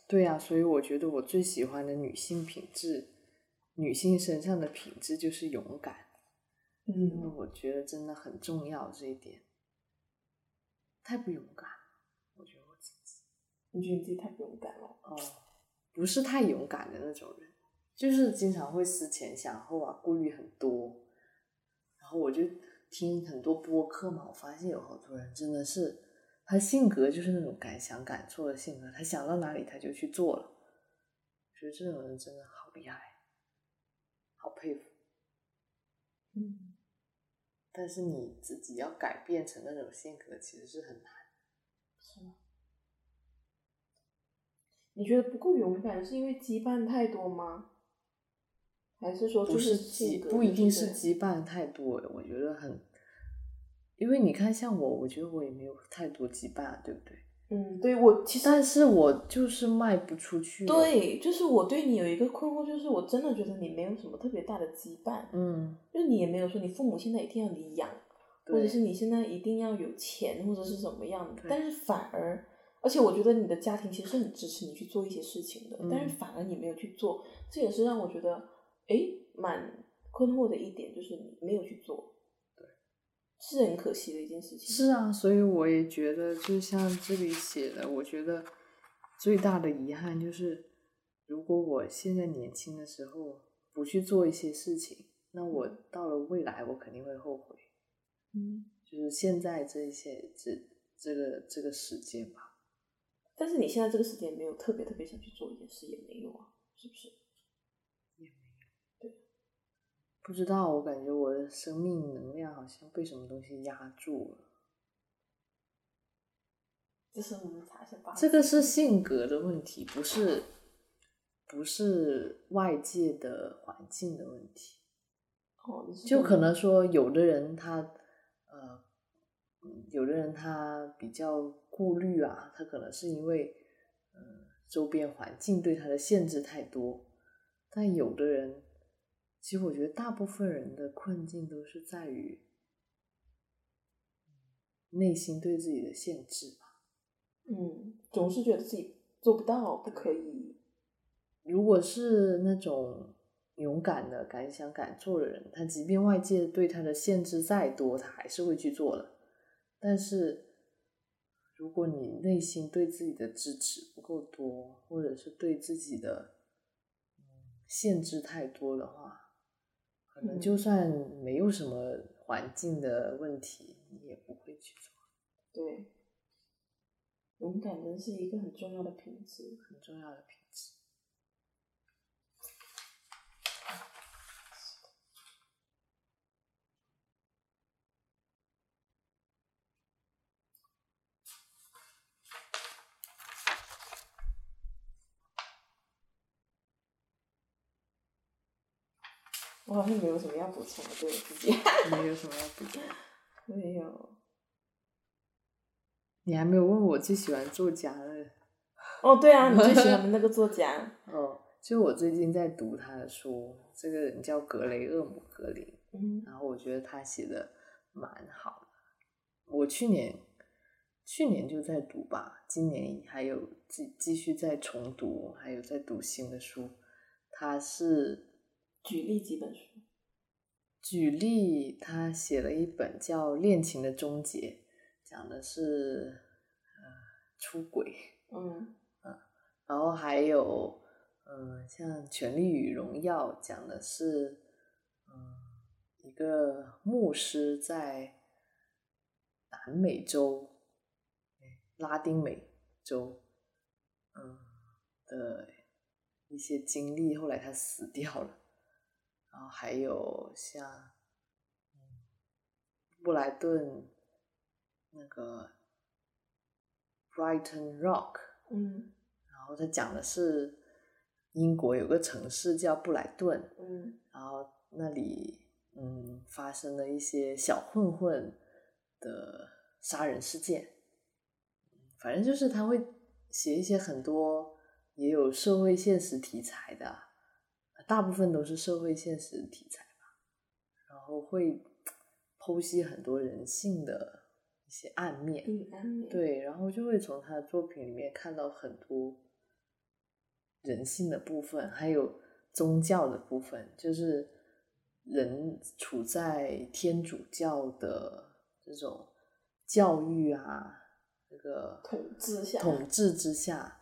[SPEAKER 3] 对呀、所以我觉得我最喜欢的女性品质，女性身上的品质就是勇敢，因为
[SPEAKER 1] 嗯，
[SPEAKER 3] 我觉得真的很重要这一点。太不勇敢了，我觉得我自己
[SPEAKER 1] 你觉得你自己太不勇敢了？
[SPEAKER 3] 哦，不不是太勇敢的那种人，就是经常会思前想后啊，顾虑很多。然后我就听很多播客嘛，我发现有好多人真的是，他性格就是那种敢想敢做的性格，他想到哪里他就去做了。我觉得这种人真的好厉害，好佩服。
[SPEAKER 1] 嗯，
[SPEAKER 3] 但是你自己要改变成那种性格，其实是很难。
[SPEAKER 1] 是吗？你觉得不够勇敢，是因为羁绊太多吗？还是说就
[SPEAKER 3] 不是
[SPEAKER 1] 性
[SPEAKER 3] 羁，
[SPEAKER 1] 格
[SPEAKER 3] 不一定是
[SPEAKER 1] 对
[SPEAKER 3] 羁绊太多了，我觉得很，因为你看像我，我觉得我也没有太多羁绊，对不对？
[SPEAKER 1] 嗯，对我其实
[SPEAKER 3] 但是我就是迈不出去。，
[SPEAKER 1] 对，就是我对你有一个困惑，就是我真的觉得你没有什么特别大的羁绊，
[SPEAKER 3] 嗯，
[SPEAKER 1] 就是你也没有说你父母现在一定要你养，或者
[SPEAKER 3] 对
[SPEAKER 1] 是你现在一定要有钱或者是怎么样的，
[SPEAKER 3] 对
[SPEAKER 1] 但是反而，而且我觉得你的家庭其实是很支持你去做一些事情的，
[SPEAKER 3] 嗯
[SPEAKER 1] 但是反而你没有去做，这也是让我觉得诶蛮困惑的一点，就是你没有去做，对，是很可惜的一件事情。
[SPEAKER 3] 是啊，所以我也觉得，就像这里写的，我觉得最大的遗憾就是，如果我现在年轻的时候不去做一些事情，那我到了未来，我肯定会后悔。
[SPEAKER 1] 嗯，
[SPEAKER 3] 就是现在这一些这这个这个时间吧，
[SPEAKER 1] 但是你现在这个时间没有特别特别想去做一件事，也没有啊，是不是？
[SPEAKER 3] 不知道，我感觉我的生命能量好像被什么东西压住了。
[SPEAKER 1] 这是我们查一下吧。
[SPEAKER 3] 这个是性格的问题，不是不是外界的环境的问题。
[SPEAKER 1] 哦，你是
[SPEAKER 3] 就
[SPEAKER 1] 说
[SPEAKER 3] 可能说，有的人他呃，嗯有的人他比较顾虑啊，他可能是因为嗯、呃周边环境对他的限制太多，但有的人，其实我觉得大部分人的困境都是在于内心对自己的限制吧。
[SPEAKER 1] 嗯，总是觉得自己做不到，不可以。
[SPEAKER 3] 如果是那种勇敢的、敢想敢做的人，他即便外界对他的限制再多，他还是会去做的。但是，如果你内心对自己的支持不够多，或者是对自己的嗯限制太多的话，可能
[SPEAKER 1] 嗯
[SPEAKER 3] 就算没有什么环境的问题，你也不会去做。
[SPEAKER 1] 对，勇敢真是一个很重要的品质。
[SPEAKER 3] 很重要的品质。
[SPEAKER 1] 我好像没有什么要补充的，对我自己
[SPEAKER 3] 没有什么要补充。
[SPEAKER 1] 没有。
[SPEAKER 3] 你还没有问我最喜欢作家的。
[SPEAKER 1] 哦，对啊，你最喜欢的那个作家，
[SPEAKER 3] 哦，就我最近在读他的书，这个人叫格雷厄姆·格林，
[SPEAKER 1] 嗯
[SPEAKER 3] 然后我觉得他写的蛮好的。我去年去年就在读吧，今年还有继继续在重读，还有在读新的书。他是
[SPEAKER 1] 举例几本书。
[SPEAKER 3] 举例，他写了一本叫《恋情的终结》，讲的是呃出轨。
[SPEAKER 1] 嗯
[SPEAKER 3] 然后还有，嗯，像《权力与荣耀》讲的是，嗯，一个牧师在南美洲、哎拉丁美洲，嗯的一些经历，后来他死掉了。然后还有像，嗯，布莱顿那个 Brighton Rock。
[SPEAKER 1] 嗯
[SPEAKER 3] 然后他讲的是英国有个城市叫布莱顿，
[SPEAKER 1] 嗯
[SPEAKER 3] 然后那里嗯发生了一些小混混的杀人事件，反正就是他会写一些很多也有社会现实题材的，大部分都是社会现实题材吧，然后会剖析很多人性的一些暗面，
[SPEAKER 1] 阴与暗面。，
[SPEAKER 3] 对，然后就会从他的作品里面看到很多人性的部分，还有宗教的部分，就是人处在天主教的这种教育啊，这个
[SPEAKER 1] 统治下
[SPEAKER 3] 统治之下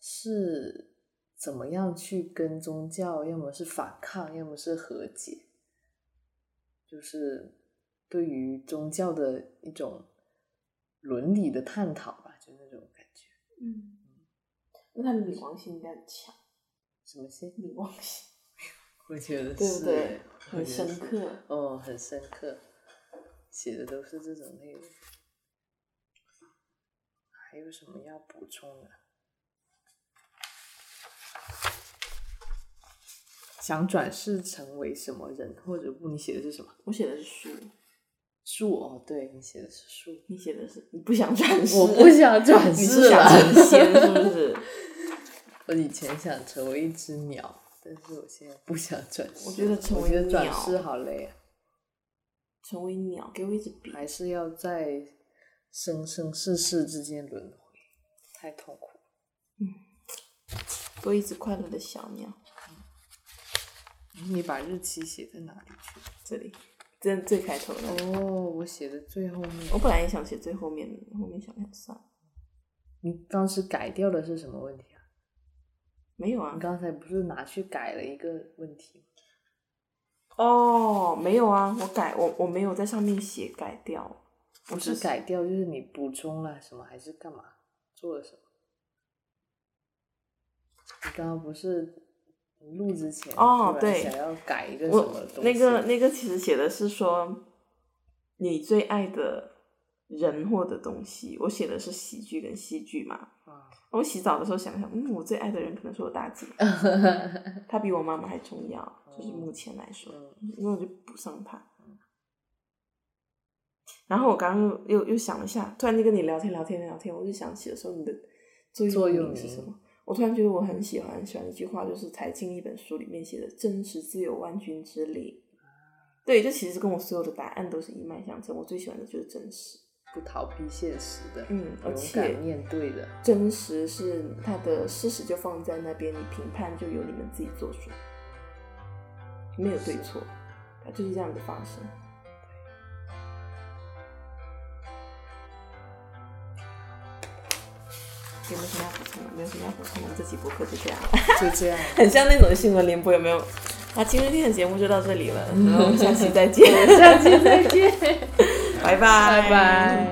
[SPEAKER 3] 是怎么样去跟宗教，要么是反抗，要么是和解，就是对于宗教的一种伦理的探讨吧，就那种感觉。
[SPEAKER 1] 嗯，那他李王星应该很强，
[SPEAKER 3] 什么心？
[SPEAKER 1] 李王星
[SPEAKER 3] 我觉得
[SPEAKER 1] 对
[SPEAKER 3] 是
[SPEAKER 1] 不对？
[SPEAKER 3] 我
[SPEAKER 1] 很
[SPEAKER 3] 觉得
[SPEAKER 1] 深
[SPEAKER 3] 是
[SPEAKER 1] 刻。
[SPEAKER 3] 哦，很深刻，写的都是这种内容。还有什么要补充的？想转世成为什么人，或者不？你写的是什么？
[SPEAKER 1] 我写的是书，
[SPEAKER 3] 树哦，对你写的是树。
[SPEAKER 1] 你写的是你不想转世，
[SPEAKER 3] 我不想 转
[SPEAKER 1] 你
[SPEAKER 3] 世
[SPEAKER 1] 是想成仙
[SPEAKER 3] 了。
[SPEAKER 1] 是不是？
[SPEAKER 3] 我以前想成为一只鸟，但是我现在不想转世。
[SPEAKER 1] 我觉得成为
[SPEAKER 3] 觉得转
[SPEAKER 1] 鸟
[SPEAKER 3] 世好累啊。
[SPEAKER 1] 成为鸟，给我一支笔。
[SPEAKER 3] 还是要在生生世世之间轮回，太痛苦了。
[SPEAKER 1] 做一只快乐的小鸟。
[SPEAKER 3] 你把日期写在哪里去？
[SPEAKER 1] 这里，真的最开头的。
[SPEAKER 3] 哦，我写的最后面。
[SPEAKER 1] 我本来也想写最后面的，后面想想算了，
[SPEAKER 3] 你当时改掉的是什么问题啊？
[SPEAKER 1] 没有啊
[SPEAKER 3] 你。刚才不是拿去改了一个问题吗？
[SPEAKER 1] 哦，没有啊，我改我我没有在上面写改掉，我
[SPEAKER 3] 不
[SPEAKER 1] 只
[SPEAKER 3] 是改掉，就是你补充了什么，还是干嘛？做了什么？你刚刚不是录之前
[SPEAKER 1] 哦
[SPEAKER 3] 突然
[SPEAKER 1] 对
[SPEAKER 3] 想要改一个什么
[SPEAKER 1] 我
[SPEAKER 3] 东西？
[SPEAKER 1] 那个那个其实写的是说你最爱的人或者东西，我写的是喜剧跟戏剧嘛。
[SPEAKER 3] 啊
[SPEAKER 1] 我洗澡的时候想想，嗯，我最爱的人可能是我大 姐，她比我妈妈还重要，就是目前来说。
[SPEAKER 3] 嗯
[SPEAKER 1] 那我就补上它。然后我刚刚又又又想了一下，突然就跟你聊天聊天聊天，我就想起了说你的
[SPEAKER 3] 座
[SPEAKER 1] 座右
[SPEAKER 3] 右
[SPEAKER 1] 铭是什
[SPEAKER 3] 铭
[SPEAKER 1] 么？我突然觉得我很喜欢很喜欢一句话，就是柴静一本书里面写的“真实自有万钧之力”。对，就其实跟我所有的答案都是一脉相承。我最喜欢的就是真实，
[SPEAKER 3] 不逃避现实的，
[SPEAKER 1] 嗯，而
[SPEAKER 3] 勇
[SPEAKER 1] 且
[SPEAKER 3] 敢面对的。
[SPEAKER 1] 真实是它的事实就放在那边，你评判就由你们自己做主，没有对错，它就是这样的发生。有没有什么要补充的？没有什么要补充的，这期播客就这样了，
[SPEAKER 3] 就这样，
[SPEAKER 1] 很像那种新闻联播，有没有？那、今天的节目就到这里了，然后我们下期再见，
[SPEAKER 3] 下期再见，
[SPEAKER 1] 拜拜，
[SPEAKER 3] 拜拜。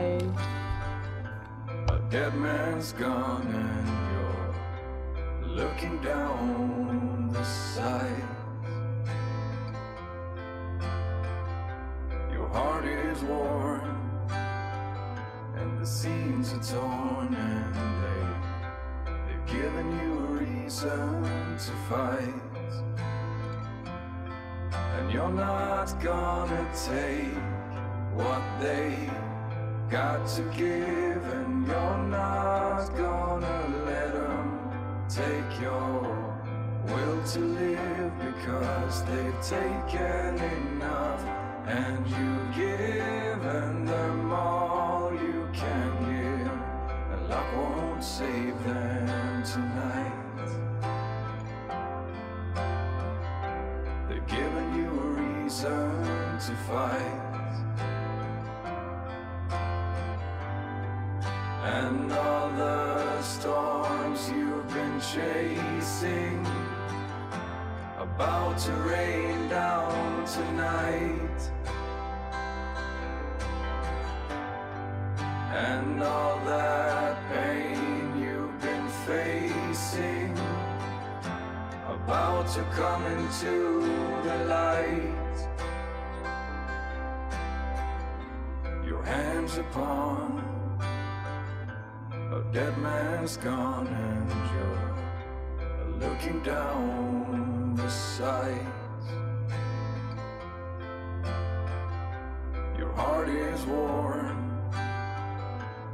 [SPEAKER 4] A dead man's gone and you're looking down the sight. Your heart is worn and the seams are torn and they, they've given you a reason to fight. And you're not gonna take what they got to give and you're not gonna let 'em take your will to live because they've taken enough and you've given them all you can give and luck won't save them tonight they've given you a reason to fight And all the storms you've been chasing about to rain down tonight. And all that pain you've been facing about to come into the light. Your hands upon a dead man's gone and you're looking down the sights. Your heart is worn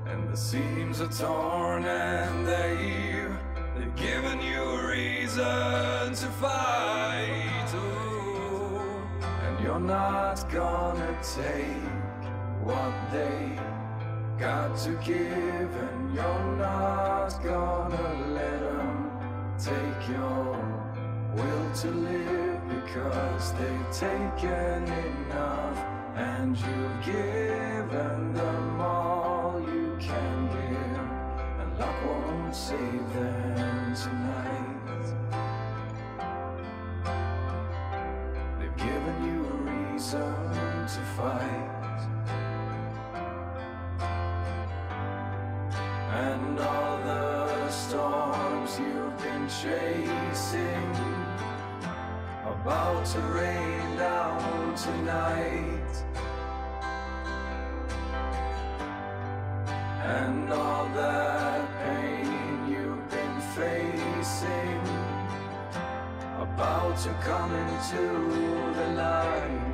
[SPEAKER 4] and the seams are torn and they've, they've given you a reason to fight. Ooh. And you're not gonna take what they got to give and you're not gonna let 'em take your will to live because they've taken enough and you've given them all you can give and luck won't save them tonight and all the storms you've been chasing about to rain down tonight. And all the pain you've been facing about to come into the light.